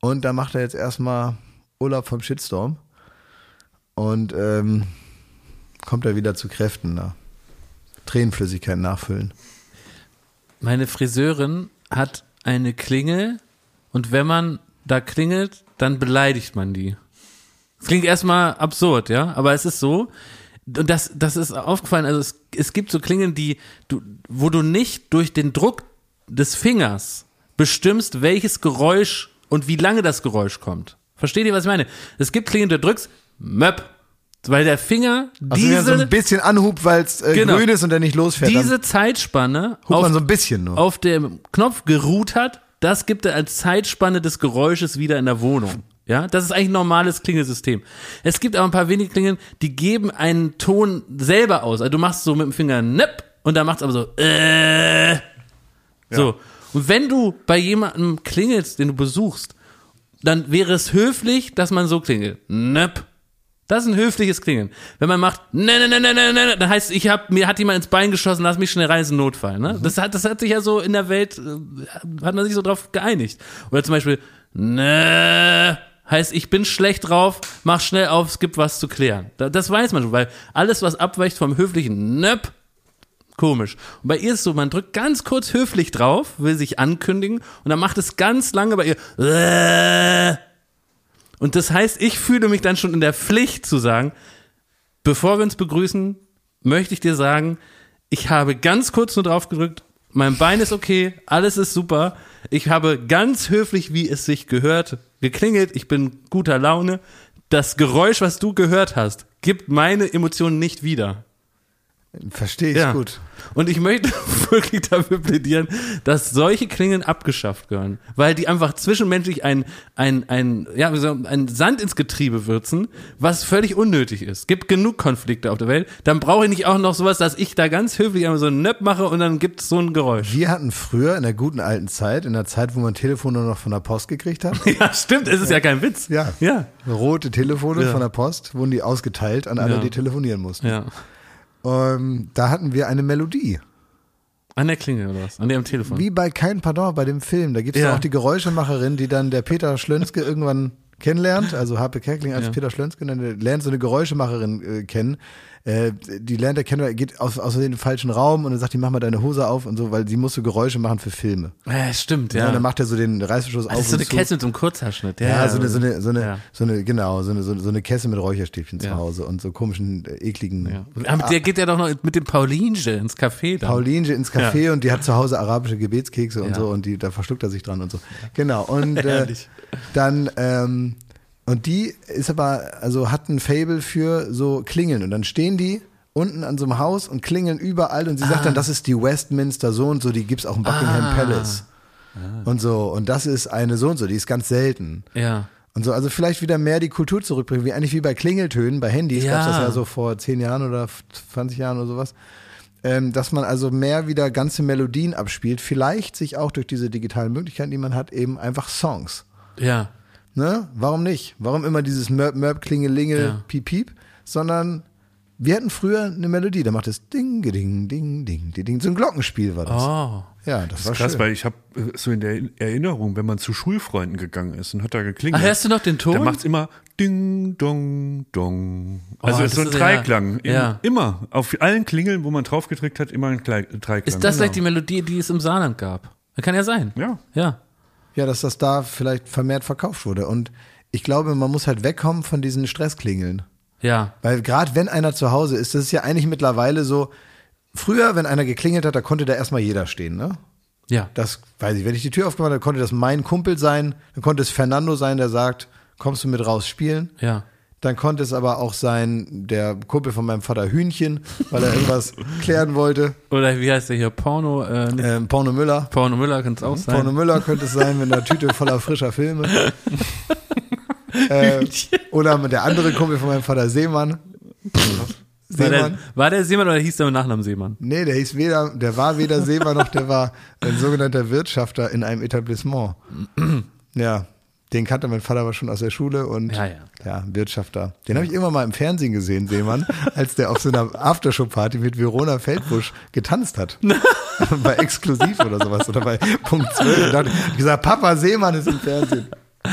S1: Und da macht er jetzt erstmal Urlaub vom Shitstorm. Und ähm, kommt er wieder zu Kräften da. Tränenflüssigkeit nachfüllen.
S3: Meine Friseurin hat eine Klingel und wenn man da klingelt, dann beleidigt man die. Das klingt erstmal absurd, ja, aber es ist so. Und das, das ist aufgefallen. Also es, es gibt so Klingeln, die du, wo du nicht durch den Druck des Fingers bestimmst, welches Geräusch und wie lange das Geräusch kommt. Versteht ihr, was ich meine? Es gibt Klingeln, du drückst, möp, weil der Finger
S1: Also wenn er so
S3: diese,
S1: ein bisschen Anhub, weil es äh,
S3: Genau.
S1: grün ist und er nicht losfährt.
S3: diese Zeitspanne
S1: dann hupt
S3: auf
S1: man so ein bisschen nur.
S3: auf dem Knopf geruht hat, das gibt er als Zeitspanne des Geräusches wieder in der Wohnung. Ja, das ist eigentlich ein normales Klingelsystem. Es gibt aber ein paar wenige Klingeln, die geben einen Ton selber aus. Also du machst so mit dem Finger nepp und dann macht's aber so äh. So. Und wenn du bei jemandem klingelst, den du besuchst, dann wäre es höflich, dass man so klingelt. Nepp. Das ist ein höfliches Klingeln. Wenn man macht, ne, ne, ne, ne, ne, ne, dann heißt, ich hab, mir hat jemand ins Bein geschossen, lass mich schnell rein, ist ein Notfall. Ne? Das, hat, das hat sich ja so in der Welt, äh, hat man sich so drauf geeinigt. Oder zum Beispiel, ne, heißt, ich bin schlecht drauf, mach schnell auf, es gibt was zu klären. Da, das weiß man schon, weil alles, was abweicht vom höflichen Nöp, komisch. Und bei ihr ist es so, man drückt ganz kurz höflich drauf, will sich ankündigen und dann macht es ganz lange bei ihr. Äh, und das heißt, ich fühle mich dann schon in der Pflicht zu sagen, bevor wir uns begrüßen, möchte ich dir sagen, ich habe ganz kurz nur drauf gedrückt, mein Bein ist okay, alles ist super. Ich habe ganz höflich, wie es sich gehört, geklingelt, ich bin guter Laune. Das Geräusch, was du gehört hast, gibt meine Emotionen nicht wieder.
S1: Verstehe ich
S3: Ja.
S1: gut.
S3: Und ich möchte <laughs> wirklich dafür plädieren, dass solche Klingeln abgeschafft gehören, weil die einfach zwischenmenschlich ein, ein, ein, ja, wie soll man- ein Sand ins Getriebe würzen, was völlig unnötig ist. Gibt genug Konflikte auf der Welt, dann brauche ich nicht auch noch sowas, dass ich da ganz höflich einmal so einen Nöpp mache und dann gibt es so ein Geräusch. <laughs>
S1: Wir hatten früher in der guten alten Zeit, in der Zeit, wo man Telefone noch von der Post gekriegt
S3: <laughs>
S1: hat,
S3: Ja, stimmt, es ist ja kein Witz.
S1: Ja.
S3: Ja.
S1: rote Telefone
S3: Ja.
S1: von der Post, wurden die ausgeteilt an alle,
S3: Ja.
S1: die telefonieren mussten.
S3: Ja.
S1: Ähm, da hatten wir eine Melodie.
S3: An der Klingel oder was? An dem Telefon.
S1: Wie bei Kein Pardon, bei dem Film. Da gibt es
S3: Ja.
S1: auch die Geräuschemacherin, die dann der Peter Schlönske irgendwann kennenlernt. Also Harpe Kerkling als Peter Schlönske. Und dann lernt so eine Geräuschemacherin äh, kennen. Äh, die lernt er kennen, geht aus, aus Versehen in den falschen Raum und dann sagt die, mach mal deine Hose auf und so, weil sie muss so Geräusche machen für Filme.
S3: Ja, stimmt, ja.
S1: Und dann macht er so den Reißverschluss auf
S3: das ist so
S1: und
S3: eine
S1: zu.
S3: Kette mit so einem Kurzhaarschnitt.
S1: Ja, so eine, so eine, so eine,
S3: Ja.
S1: so eine genau, so eine, so so eine Kesse mit Räucherstäbchen zu
S3: Ja.
S1: Hause und so komischen, äh, ekligen.
S3: Ja, mit der geht ja doch noch mit dem Paulinche ins Café dann.
S1: Pauline ins Café und die hat zu Hause arabische Gebetskekse und
S3: Ja.
S1: so und die, da verschluckt er sich dran und so. Genau.
S3: <laughs>
S1: Und äh, dann, ähm, und die ist aber, also hat ein Fable für so Klingeln und dann stehen die unten an so einem Haus und klingeln überall und sie
S3: Ah.
S1: sagt dann, das ist die Westminster so und so, die gibt's auch im Buckingham Palace. Und so, und das ist eine so und so, die ist ganz selten.
S3: Ah. Ja.
S1: Und so, also vielleicht wieder mehr die Kultur zurückbringen, wie eigentlich wie bei Klingeltönen, bei Handys,
S3: Ja.
S1: gab's das ja so vor 10 Jahren oder 20 Jahren oder sowas. Ähm, dass man also mehr wieder ganze Melodien abspielt, vielleicht sich auch durch diese digitalen Möglichkeiten, die man hat, eben einfach Songs.
S3: Ja.
S1: Ne? Warum nicht? Warum immer dieses Mörp, Mörp, Klingelingel,
S3: Ja.
S1: Piep, Piep, sondern wir hatten früher eine Melodie, da macht es Ding, Ding, Ding, Ding, Ding, Ding. So ein Glockenspiel war das.
S3: Oh.
S1: Ja, das, war
S2: Krass,
S1: schön.
S2: weil ich habe so in der Erinnerung, wenn man zu Schulfreunden gegangen ist und hat da geklingelt.
S3: Ach, hörst du noch den Ton?
S2: Dann macht's immer Ding, Dong, Dong. Also
S3: Oh, das
S2: so ein
S3: ist ja-
S2: Dreiklang. Im-
S3: ja.
S2: Immer. Auf allen Klingeln, wo man draufgedrückt hat, immer ein Klei- Dreiklang.
S3: Ist das vielleicht die Melodie, die es im Saarland gab? Das kann ja sein.
S2: genau. Ja.
S3: Ja.
S1: Ja, dass das da vielleicht vermehrt verkauft wurde. Und ich glaube, man muss halt wegkommen von diesen Stressklingeln.
S3: Ja.
S1: Weil gerade wenn einer zu Hause ist, das ist ja eigentlich mittlerweile so, früher, wenn einer geklingelt hat, da konnte da erstmal jeder stehen, ne?
S3: Ja.
S1: Das weiß ich, wenn ich die Tür aufgemacht habe, konnte das mein Kumpel sein, dann konnte es Fernando sein, der sagt, kommst du mit raus spielen?
S3: Ja.
S1: Dann konnte es aber auch sein, der Kumpel von meinem Vater Hühnchen, weil er
S3: <laughs>
S1: irgendwas klären wollte.
S3: Oder wie heißt der hier? Porno, äh, nicht
S1: Ähm, Porno Müller.
S3: Porno Müller kann es auch sein.
S1: Mhm. Porno Müller könnte es sein mit einer Tüte voller frischer
S3: <laughs>
S1: Filme. äh, oder mit der andere Kumpel von meinem Vater Seemann.
S3: war, der, war der Seemann oder hieß der mit Nachnamen Seemann?
S1: Nee, der hieß weder, der war weder Seemann noch der war ein sogenannter Wirtschafter in einem Etablissement. Ja, den kannte mein Vater aber schon aus der Schule und
S3: Ja, ja.
S1: Wirtschafter. Den habe ich irgendwann mal im Fernsehen gesehen, Seemann, als der auf so einer Aftershow-Party mit Verona Feldbusch getanzt hat.
S3: <laughs>
S1: bei Exklusiv oder sowas oder bei Punkt 12. Und dann hab ich gesagt, Papa Seemann ist im Fernsehen. <laughs>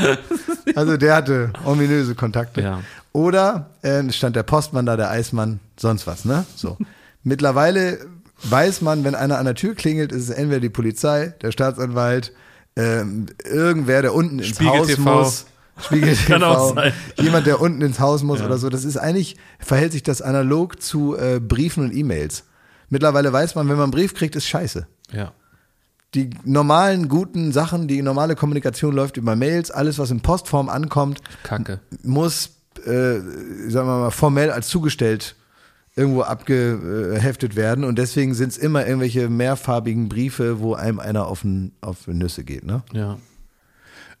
S1: Also der hatte ominöse Kontakte.
S3: Ja.
S1: Oder äh, stand der Postmann da, der Eismann, sonst was, ne? So. Mittlerweile weiß man, wenn einer an der Tür klingelt, ist es entweder die Polizei, der Staatsanwalt, ähm, irgendwer, der unten ins
S3: Spiegel
S1: Haus
S3: TV.
S1: muss. Spiegel TV.
S3: <laughs> Kann auch sein.
S1: Jemand, der unten ins Haus muss oder so. Das ist eigentlich, verhält sich das analog zu äh, Briefen und E-Mails. Mittlerweile weiß man, wenn man einen Brief kriegt, ist scheiße
S3: Ja.
S1: die normalen guten Sachen, die normale Kommunikation läuft über Mails, alles was in Postform ankommt,
S3: Kacke.
S1: muss, äh, sagen wir mal, formell als zugestellt irgendwo abgeheftet werden und deswegen sind es immer irgendwelche mehrfarbigen Briefe, wo einem einer auf, den, auf die Nüsse geht, ne?
S3: Ja.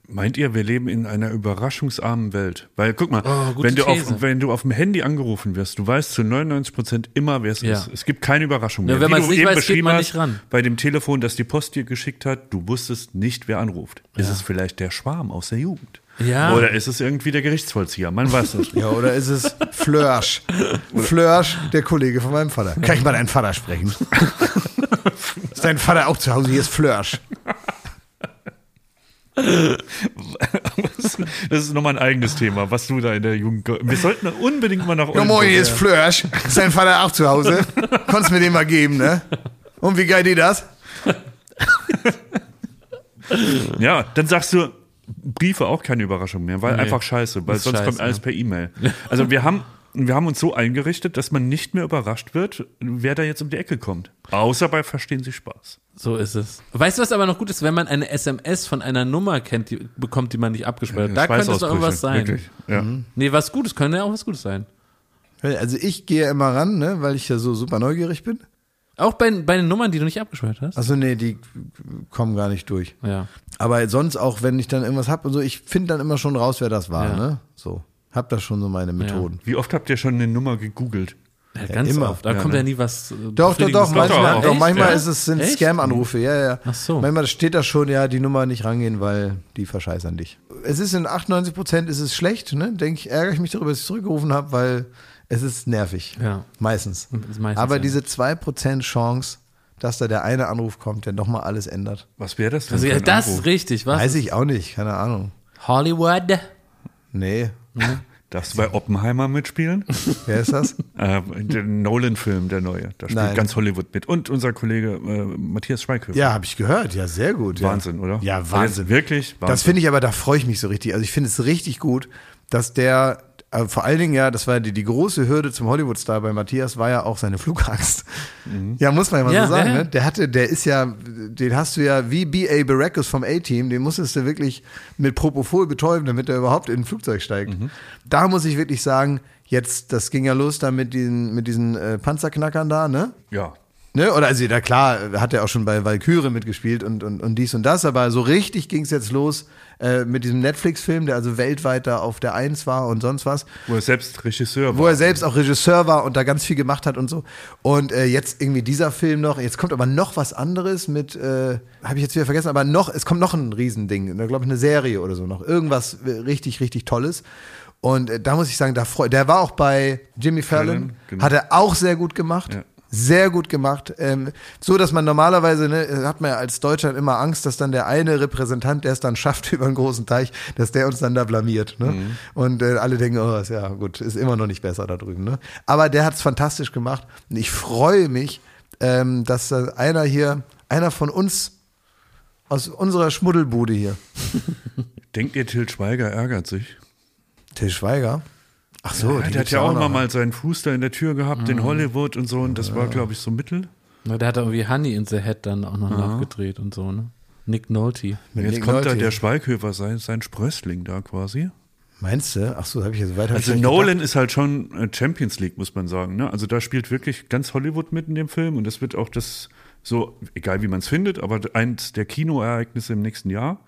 S2: Meint ihr, wir leben in einer überraschungsarmen Welt? Weil, guck mal,
S3: Oh, gute
S2: wenn, du
S3: These.
S2: auf, wenn du auf dem Handy angerufen wirst, du weißt zu 99 Prozent immer, wer es
S3: Ja.
S2: ist. Es gibt keine Überraschung
S3: Ja,
S2: mehr.
S3: wenn
S2: Wie
S3: man
S2: du
S3: es nicht
S2: eben
S3: weiß, geht
S2: beschrieben
S3: man
S2: hast,
S3: nicht ran.
S2: Bei dem Telefon, das die Post dir geschickt hat, du wusstest nicht, wer anruft. Ist es vielleicht der Schwarm aus der Jugend?
S3: Ja.
S2: Oder ist es irgendwie der Gerichtsvollzieher? Man weiß es.
S1: Ja, oder ist es Flörsch? Flörsch, der Kollege von meinem Vater. Kann ich mal deinen Vater sprechen? <laughs> ist dein Vater auch zu Hause? Hier ist Flörsch.
S2: Das ist nochmal ein eigenes Thema, was du da in der Jugend. Wir sollten unbedingt mal nach
S1: Ja, moin, hier
S2: Oldenburg.
S1: ist Flörsch. Ist dein Vater auch zu <laughs> Hause? Konntest mir den mal geben, ne? Und wie geil die das?
S2: Ja, dann sagst du, Briefe auch keine Überraschung mehr, weil einfach scheiße, weil
S3: Ist
S2: sonst
S3: scheiße,
S2: kommt alles
S3: <laughs> ja.
S2: per E-Mail. Also wir haben, wir haben uns so eingerichtet, dass man nicht mehr überrascht wird, wer da jetzt um die Ecke kommt. Außer bei Verstehen Sie Spaß.
S3: So ist es. Weißt du, was aber noch gut ist, wenn man eine SMS von einer Nummer kennt, die bekommt, die man nicht abgespeichert hat. Da könnte es doch irgendwas sein. Mhm.
S2: Wirklich. Ja.
S3: Nee, was Gutes könnte ja auch was Gutes sein.
S1: Also ich gehe immer ran, ne, weil ich ja so super neugierig bin.
S3: Auch bei, bei den Nummern, die du nicht abgespeichert hast.
S1: Also nee, die kommen gar nicht durch.
S3: Ja.
S1: Aber sonst auch, wenn ich dann irgendwas hab und so, ich finde dann immer schon raus, wer das war,
S3: Ja.
S1: ne? So. Hab da schon so meine Methoden.
S2: Wie oft habt ihr schon eine Nummer gegoogelt?
S3: ja ganz
S1: immer.
S3: oft. Da kommt ja nie was. äh,
S1: Doch, doch, doch,
S3: Befriedigendes
S1: manchmal,
S2: auch.
S1: doch,
S2: Echt?
S1: manchmal
S2: Ja?
S1: ist es, sind
S3: Echt?
S1: Scam-Anrufe, ja, ja.
S3: Ach so.
S1: Manchmal steht da schon, ja, die Nummer nicht rangehen, weil die verscheißern dich. Es ist in 98 Prozent ist es schlecht, ne? Denk ich, ärgere ich mich darüber, dass ich zurückgerufen habe, weil es ist nervig.
S3: Ja.
S1: Meistens.
S3: Ist meistens,
S1: Aber
S3: ja.
S1: diese 2% Chance, dass da der eine Anruf kommt, der nochmal alles ändert.
S2: Was wäre das denn?
S3: Also,
S2: für
S3: ja,
S2: ein
S3: das
S2: Anruf?
S3: ist richtig, was?
S1: Weiß ich auch nicht, keine Ahnung.
S3: Hollywood.
S1: Nee.
S2: Darfst du bei Oppenheimer
S3: <laughs>
S2: mitspielen?
S1: Wer ist das?
S2: äh, der Nolan-Film, der neue. Da spielt
S1: Nein.
S2: ganz Hollywood mit. Und unser Kollege äh, Matthias Schweighöfer.
S1: Ja, habe ich gehört. Ja, sehr gut. Ja.
S2: Wahnsinn, oder?
S1: Ja, Wahnsinn.
S2: Wirklich? Wahnsinn.
S1: Das finde ich aber, da freue ich mich so richtig. Also ich finde es richtig gut, dass der, äh, vor allen Dingen ja, das war die, die große Hürde zum Hollywood-Star bei Matthias, war ja auch seine Flugangst. Ja, muss man ja mal
S3: Mhm. Ja,
S1: so sagen.
S3: ja, ja.
S1: Ne? Der hatte, der ist ja, den hast du ja wie B.A. Baracus vom A-Team, den musstest du wirklich mit Propofol betäuben, damit er überhaupt in ein Flugzeug steigt.
S3: Mhm.
S1: Da muss ich wirklich sagen, jetzt, das ging ja los da mit diesen, mit diesen äh, Panzerknackern da, ne?
S2: ja.
S1: Ne? Oder also, da klar, hat er auch schon bei Valkyrie mitgespielt und, und, und dies und das, aber so richtig ging es jetzt los äh, mit diesem Netflix-Film, der also weltweit da auf der Eins war und sonst was,
S2: Wo er selbst Regisseur
S1: wo
S2: war.
S1: er selbst auch Regisseur war und da ganz viel gemacht hat und so. Und äh, jetzt irgendwie dieser Film noch, jetzt kommt aber noch was anderes mit, äh, habe ich jetzt wieder vergessen, aber noch, es kommt noch ein Riesending, da glaube ich eine Serie oder so noch, irgendwas äh, richtig, richtig Tolles. Und äh, da muss ich sagen, da freu, der war auch bei Jimmy Fallon,
S2: Fallon, genau.
S1: hat er auch sehr gut gemacht.
S2: Ja.
S1: Sehr gut gemacht. Ähm, so, dass man normalerweise, ne, hat man ja als Deutschland immer Angst, dass dann der eine Repräsentant, der es dann schafft <laughs> über einen großen Teich, dass der uns dann da blamiert. Ne?
S2: Mhm.
S1: Und äh, alle denken, oh, ist ja gut, ist immer noch nicht besser da drüben. Ne? Aber der hat es fantastisch gemacht. Und ich freue mich, ähm, dass da einer hier, einer von uns aus unserer Schmuddelbude hier,
S2: Denkt ihr, Till Schweiger ärgert sich?
S1: Till Schweiger. Ach so,
S2: Ja,
S1: den
S2: der hat
S1: gibt's
S2: ja auch immer
S1: noch. Mhm.
S2: mal seinen Fuß da in der Tür gehabt, den Hollywood und so. Und das war, glaube ich, so Mittel.
S3: Na, der hat da irgendwie Honey in the Head dann auch noch nachgedreht und so, ne? Nick Nolte.
S1: Mit
S2: Jetzt
S1: Nick
S2: kommt da
S1: Nolte.
S2: der Schweighöfer, sein, sein Sprössling da quasi.
S1: Meinst du? Ach so, habe ich jetzt weiter
S2: Also Nolan ist halt schon äh, Champions League, muss man sagen. Ne? Also da spielt wirklich ganz Hollywood mit in dem Film und das wird auch das so, egal wie man es findet, aber eins der Kinoereignisse im nächsten Jahr.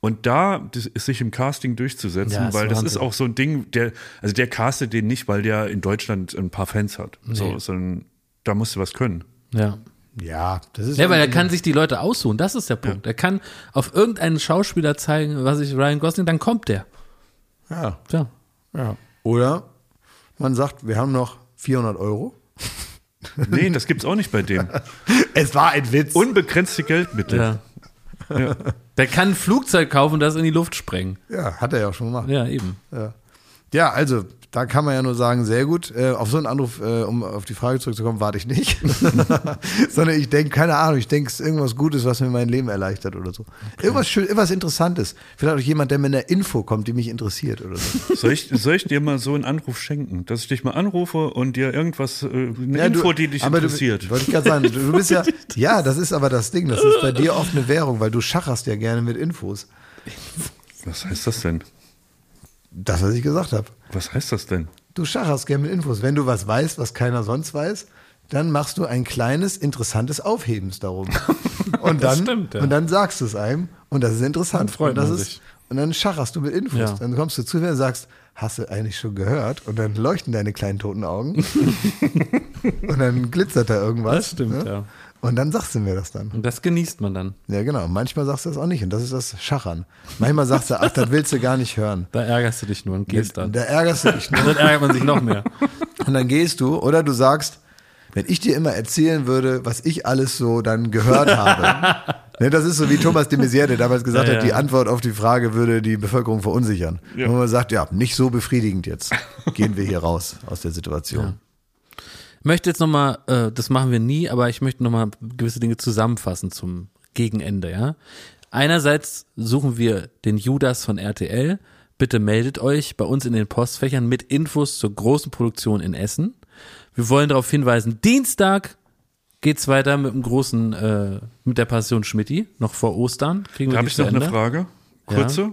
S2: Und da das ist sich im Casting durchzusetzen,
S3: Ja, ist
S2: weil das ist
S3: Wahnsinn.
S2: auch so ein Ding, der, also der castet den nicht, weil der in Deutschland ein paar Fans hat. So, sondern da musst du was können.
S3: Ja.
S1: Ja, das ist
S3: Ja, weil er kann sich die Leute aussuchen, das ist der Punkt. Er kann auf irgendeinen Schauspieler zeigen, was ich Ryan Gosling, dann kommt der.
S1: Ja.
S3: Tja.
S1: Ja. Oder man sagt, wir haben noch 400 Euro.
S2: Nee, das gibt's auch nicht bei dem.
S1: Es war ein Witz.
S2: Unbegrenzte Geldmittel.
S3: Ja. Der kann ein Flugzeug kaufen und das in die Luft sprengen.
S1: ja, hat er ja auch schon gemacht. Ja,
S3: Ja, eben.
S1: also, da kann man ja nur sagen, sehr gut. Äh, auf so einen Anruf, äh, um auf die Frage zurückzukommen, warte ich <laughs> nicht. Sondern ich denke, keine Ahnung, ich denke, es ist irgendwas Gutes, was mir mein Leben erleichtert oder so. Irgendwas schön, irgendwas Interessantes. Vielleicht auch jemand, der mit einer Info kommt, die mich interessiert oder <laughs> so.
S2: Soll ich, soll ich dir mal so einen Anruf schenken, dass ich dich mal anrufe und dir irgendwas, äh, eine
S1: Ja, du-
S2: Info, die dich
S1: aber
S2: interessiert?
S1: Du, wollte ich gerade sagen, du, du bist <laughs> ja, ja, das ist aber das Ding, das ist bei dir oft eine Währung, weil du schacherst ja gerne mit Infos.
S2: Was heißt das denn?
S1: Das, was ich gesagt habe.
S2: Was heißt das denn?
S1: Du schacherst gerne mit Infos. Wenn du was weißt, was keiner sonst weiß, dann machst du ein kleines, interessantes Aufhebens
S3: <laughs>
S1: darum. Und dann,
S3: stimmt, ja.
S1: und dann sagst du es einem und das ist interessant.
S3: freut
S1: und das
S3: man
S1: ist,
S3: sich.
S1: Und dann schacherst du mit Infos.
S3: Ja.
S1: Dann kommst du zu mir und sagst, hast du eigentlich schon gehört? Und dann
S3: <laughs>
S1: leuchten deine kleinen toten Augen. und dann glitzert da irgendwas.
S3: Das
S1: ne?
S3: stimmt, ja.
S1: Und dann sagst du mir das dann.
S5: Und das genießt man dann.
S1: Ja, genau. Manchmal sagst du das auch nicht. Und das ist das Schachern. Manchmal sagst du, ach, das willst du gar nicht hören.
S5: Da ärgerst du dich nur und gehst dann.
S1: Da ärgerst du dich
S3: <laughs>
S1: nur.
S5: Dann ärgert man sich noch mehr.
S1: Und dann gehst du oder du sagst, wenn ich dir immer erzählen würde, was ich alles so dann gehört habe. ne, das ist so wie Thomas de Maizière, der damals gesagt
S5: Ja,
S1: hat,
S5: ja.
S1: die Antwort auf die Frage würde die Bevölkerung verunsichern. Und man sagt, ja, nicht so befriedigend jetzt. Gehen wir hier raus aus der Situation.
S3: Ich möchte jetzt nochmal, äh, das machen wir nie, aber ich möchte nochmal gewisse Dinge zusammenfassen zum Gegenende, ja. Einerseits suchen wir den Judas von RTL. Bitte meldet euch bei uns in den Postfächern mit Infos zur großen Produktion in Essen. Wir wollen darauf hinweisen, Dienstag geht's weiter mit dem großen, äh, mit der Passion Schmidti, noch vor Ostern. Kriegen
S2: Da
S3: wir die
S2: habe ich
S3: zu
S2: noch eine
S3: Ende.
S2: Frage, kurze.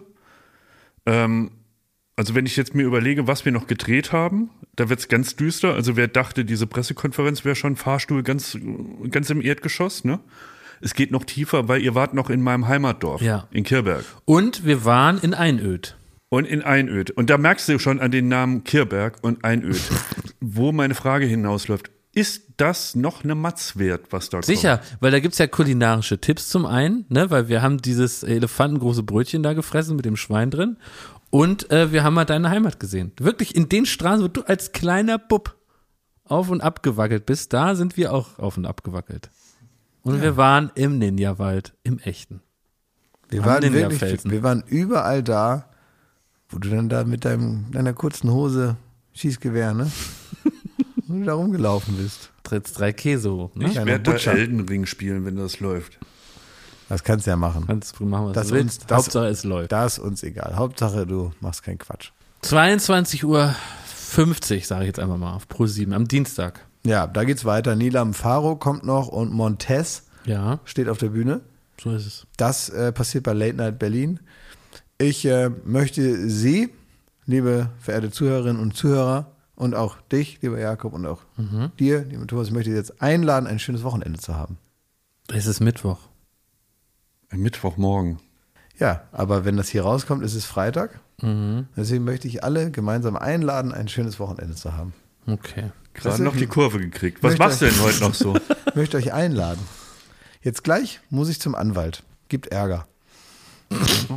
S2: Ähm, also wenn ich jetzt mir überlege, was wir noch gedreht haben, da wird es ganz düster. Also wer dachte, diese Pressekonferenz wäre schon Fahrstuhl ganz, ganz im Erdgeschoss, ne? Es geht noch tiefer, weil ihr wart noch in meinem Heimatdorf,
S3: Ja.
S2: in Kirberg.
S3: Und wir waren in Einöd.
S2: Und in Einöd. Und da merkst du schon an den Namen Kirberg und
S3: <laughs>
S2: Einöd, wo meine Frage hinausläuft. Ist das noch eine Matz wert, was da kommt?
S3: Sicher, weil da gibt's ja kulinarische Tipps zum einen, ne, weil wir haben dieses elefantengroße Brötchen da gefressen mit dem Schwein drin und äh, wir haben mal deine Heimat gesehen. Wirklich in den Straßen, wo du als kleiner Bub auf und ab gewackelt bist, da sind wir auch auf und ab gewackelt. Und wir waren im Ninja-Wald, im echten.
S1: Wir
S3: Am
S1: waren wirklich,
S3: Ninja-Felsen.
S1: wir waren überall da, wo du dann da mit deinem, deiner kurzen Hose Schießgewehr, ne? <laughs> Und du da rumgelaufen bist.
S3: Trittst drei Käse hoch, ne?
S2: Ich
S1: Kleiner
S2: werde da
S1: Butcher.
S2: Elden Ring spielen, wenn das läuft.
S1: Das kannst du ja machen.
S3: Kannst du machen, was
S1: Das
S3: du willst.
S1: uns- das-
S3: Hauptsache es läuft.
S1: Da ist uns egal. Hauptsache, du machst keinen Quatsch.
S3: 22 Uhr 50, sage ich jetzt einfach mal, auf Pro 7 am Dienstag.
S1: Ja, da geht's weiter. Nilam Faro kommt noch und Montez
S3: Ja,
S1: steht auf der Bühne.
S3: so ist es.
S1: Das äh, passiert bei Late Night Berlin. Ich äh, möchte Sie, liebe verehrte Zuhörerinnen und Zuhörer, und auch dich, lieber Jakob, und auch
S3: Mhm.
S1: dir, lieber Thomas, ich möchte Sie jetzt einladen, ein schönes Wochenende zu haben.
S3: Es ist Mittwoch.
S2: Am Mittwochmorgen.
S1: Ja, aber wenn das hier rauskommt, ist es Freitag.
S3: Mhm.
S1: Deswegen möchte ich alle gemeinsam einladen, ein schönes Wochenende zu haben.
S3: Okay.
S2: Gerade
S1: ist
S2: noch die Kurve gekriegt. Was
S1: Hm. Möchte-
S2: machst du denn heute
S1: <laughs>
S2: noch so?
S1: Ich möchte euch einladen. Jetzt gleich muss ich zum Anwalt. Gibt Ärger.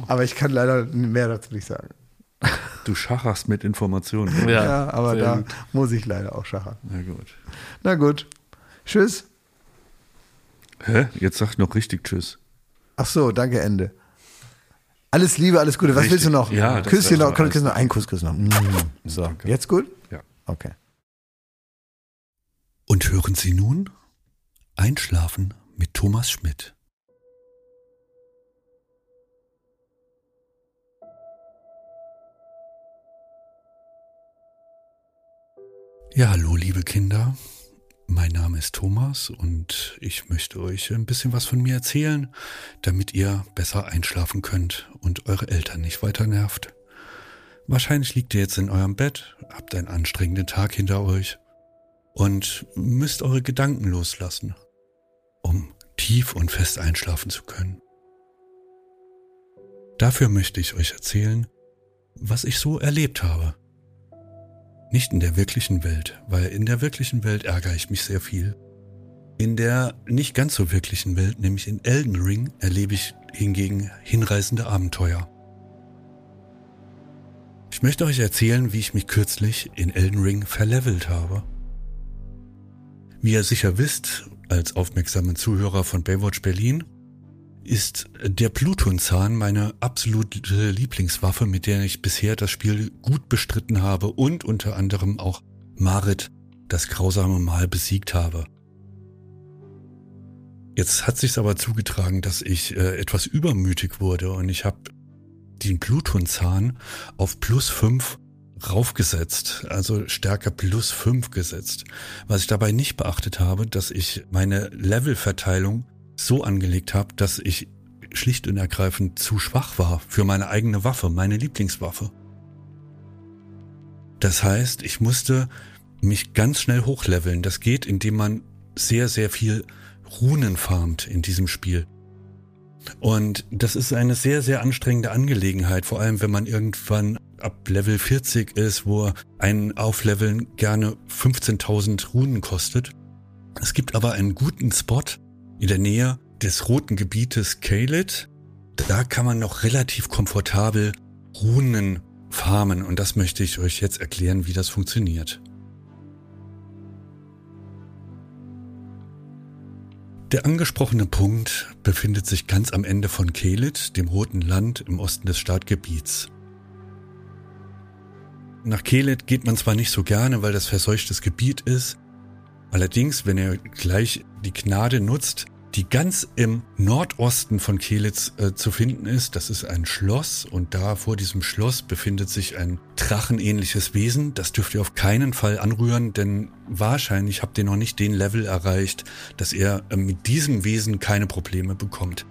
S1: Aber ich kann leider mehr dazu nicht sagen.
S2: Du schacherst mit Informationen.
S3: Ja,
S1: Ja, aber
S3: sehr
S1: da
S3: gut.
S1: muss ich leider auch schachern.
S2: Na gut.
S1: Na gut. Tschüss.
S2: Hä? Jetzt sagt noch richtig Tschüss.
S1: Ach so, danke, Ende. Alles Liebe, alles Gute. Was
S2: Richtig.
S1: willst du noch?
S2: Ja, das
S1: Küsschen
S2: wär-
S1: noch, komm, Küsschen noch. Ein Kuss, Kuss noch. Mm. So,
S2: Danke.
S1: jetzt gut?
S2: Ja.
S1: Okay.
S9: Und hören Sie nun Einschlafen mit Thomas Schmidt. Ja, hallo liebe Kinder. Mein Name ist Thomas und ich möchte euch ein bisschen was von mir erzählen, damit ihr besser einschlafen könnt und eure Eltern nicht weiter nervt. Wahrscheinlich liegt ihr jetzt in eurem Bett, habt einen anstrengenden Tag hinter euch und müsst eure Gedanken loslassen, um tief und fest einschlafen zu können. Dafür möchte ich euch erzählen, was ich so erlebt habe. Nicht in der wirklichen Welt, weil in der wirklichen Welt ärgere ich mich sehr viel. In der nicht ganz so wirklichen Welt, nämlich in Elden Ring, erlebe ich hingegen hinreißende Abenteuer. Ich möchte euch erzählen, wie ich mich kürzlich in Elden Ring verlevelt habe. Wie ihr sicher wisst, als aufmerksame Zuhörer von Baywatch Berlin, ist der Plutonzahn meine absolute Lieblingswaffe, mit der ich bisher das Spiel gut bestritten habe und unter anderem auch Marit das grausame Mal besiegt habe. Jetzt hat sich's aber zugetragen, dass ich äh, etwas übermütig wurde und ich habe den Plutonzahn auf plus fünf raufgesetzt, also stärker plus fünf gesetzt. Was ich dabei nicht beachtet habe, dass ich meine Levelverteilung so angelegt habe, dass ich schlicht und ergreifend zu schwach war für meine eigene Waffe, meine Lieblingswaffe. Das heißt, ich musste mich ganz schnell hochleveln. Das geht, indem man sehr, sehr viel Runen farmt in diesem Spiel. Und das ist eine sehr, sehr anstrengende Angelegenheit, vor allem wenn man irgendwann ab Level 40 ist, wo ein Aufleveln gerne 15.000 Runen kostet. Es gibt aber einen guten Spot, in der Nähe des roten Gebietes Kalit. Da kann man noch relativ komfortabel Runen farmen und das möchte ich euch jetzt erklären, wie das funktioniert. Der angesprochene Punkt befindet sich ganz am Ende von Kelit, dem Roten Land im Osten des Startgebiets. Nach Kelet geht man zwar nicht so gerne, weil das verseuchtes Gebiet ist, allerdings, wenn ihr gleich die Gnade nutzt, die ganz im Nordosten von Kelet äh, zu finden ist, das ist ein Schloss und da vor diesem Schloss befindet sich ein drachenähnliches Wesen. Das dürft ihr auf keinen Fall anrühren, denn wahrscheinlich habt ihr noch nicht den Level erreicht, dass ihr äh, mit diesem Wesen keine Probleme bekommt.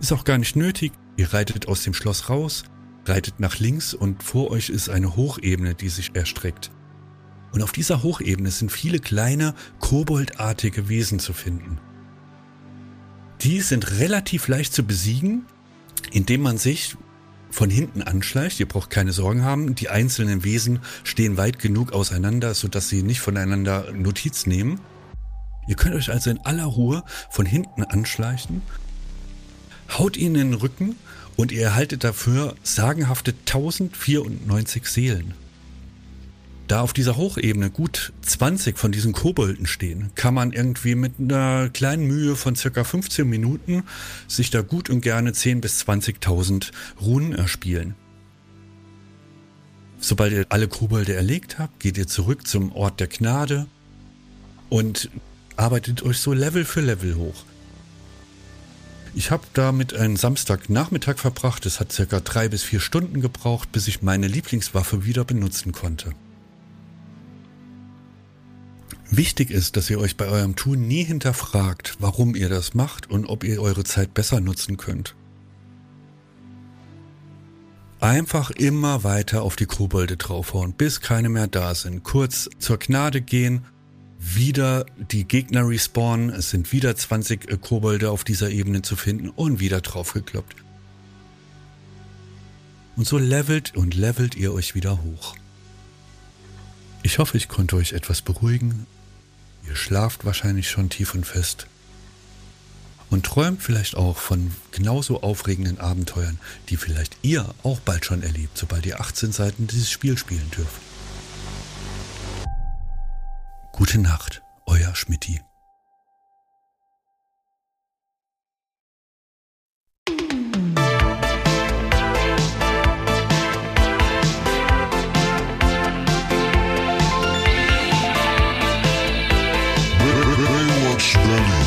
S9: Ist auch gar nicht nötig. Ihr reitet aus dem Schloss raus, reitet nach links und vor euch ist eine Hochebene, die sich erstreckt. Und auf dieser Hochebene sind viele kleine, koboldartige Wesen zu finden. Die sind relativ leicht zu besiegen, indem man sich von hinten anschleicht. Ihr braucht keine Sorgen haben. Die einzelnen Wesen stehen weit genug auseinander, sodass sie nicht voneinander Notiz nehmen. Ihr könnt euch also in aller Ruhe von hinten anschleichen, haut ihnen in den Rücken und ihr erhaltet dafür sagenhafte 1094 Seelen. Da auf dieser Hochebene gut 20 von diesen Kobolden stehen, kann man irgendwie mit einer kleinen Mühe von circa 15 Minuten sich da gut und gerne 10 bis 20.000 Runen erspielen. Sobald ihr alle Kobolde erlegt habt, geht ihr zurück zum Ort der Gnade und arbeitet euch so Level für Level hoch. Ich habe damit einen Samstagnachmittag verbracht. Es hat circa drei bis vier Stunden gebraucht, bis ich meine Lieblingswaffe wieder benutzen konnte. Wichtig ist, dass ihr euch bei eurem Tun nie hinterfragt, warum ihr das macht und ob ihr eure Zeit besser nutzen könnt. Einfach immer weiter auf die Kobolde draufhauen, bis keine mehr da sind. Kurz zur Gnade gehen, wieder die Gegner respawnen, es sind wieder 20 äh, Kobolde auf dieser Ebene zu finden und wieder draufgekloppt. Und so levelt und levelt ihr euch wieder hoch. Ich hoffe, ich konnte euch etwas beruhigen. Ihr schlaft wahrscheinlich schon tief und fest. Und träumt vielleicht auch von genauso aufregenden Abenteuern, die vielleicht ihr auch bald schon erlebt, sobald ihr 18 Seiten dieses Spiel spielen dürft. Gute Nacht, euer Schmidti.
S6: Baywatch Berlin.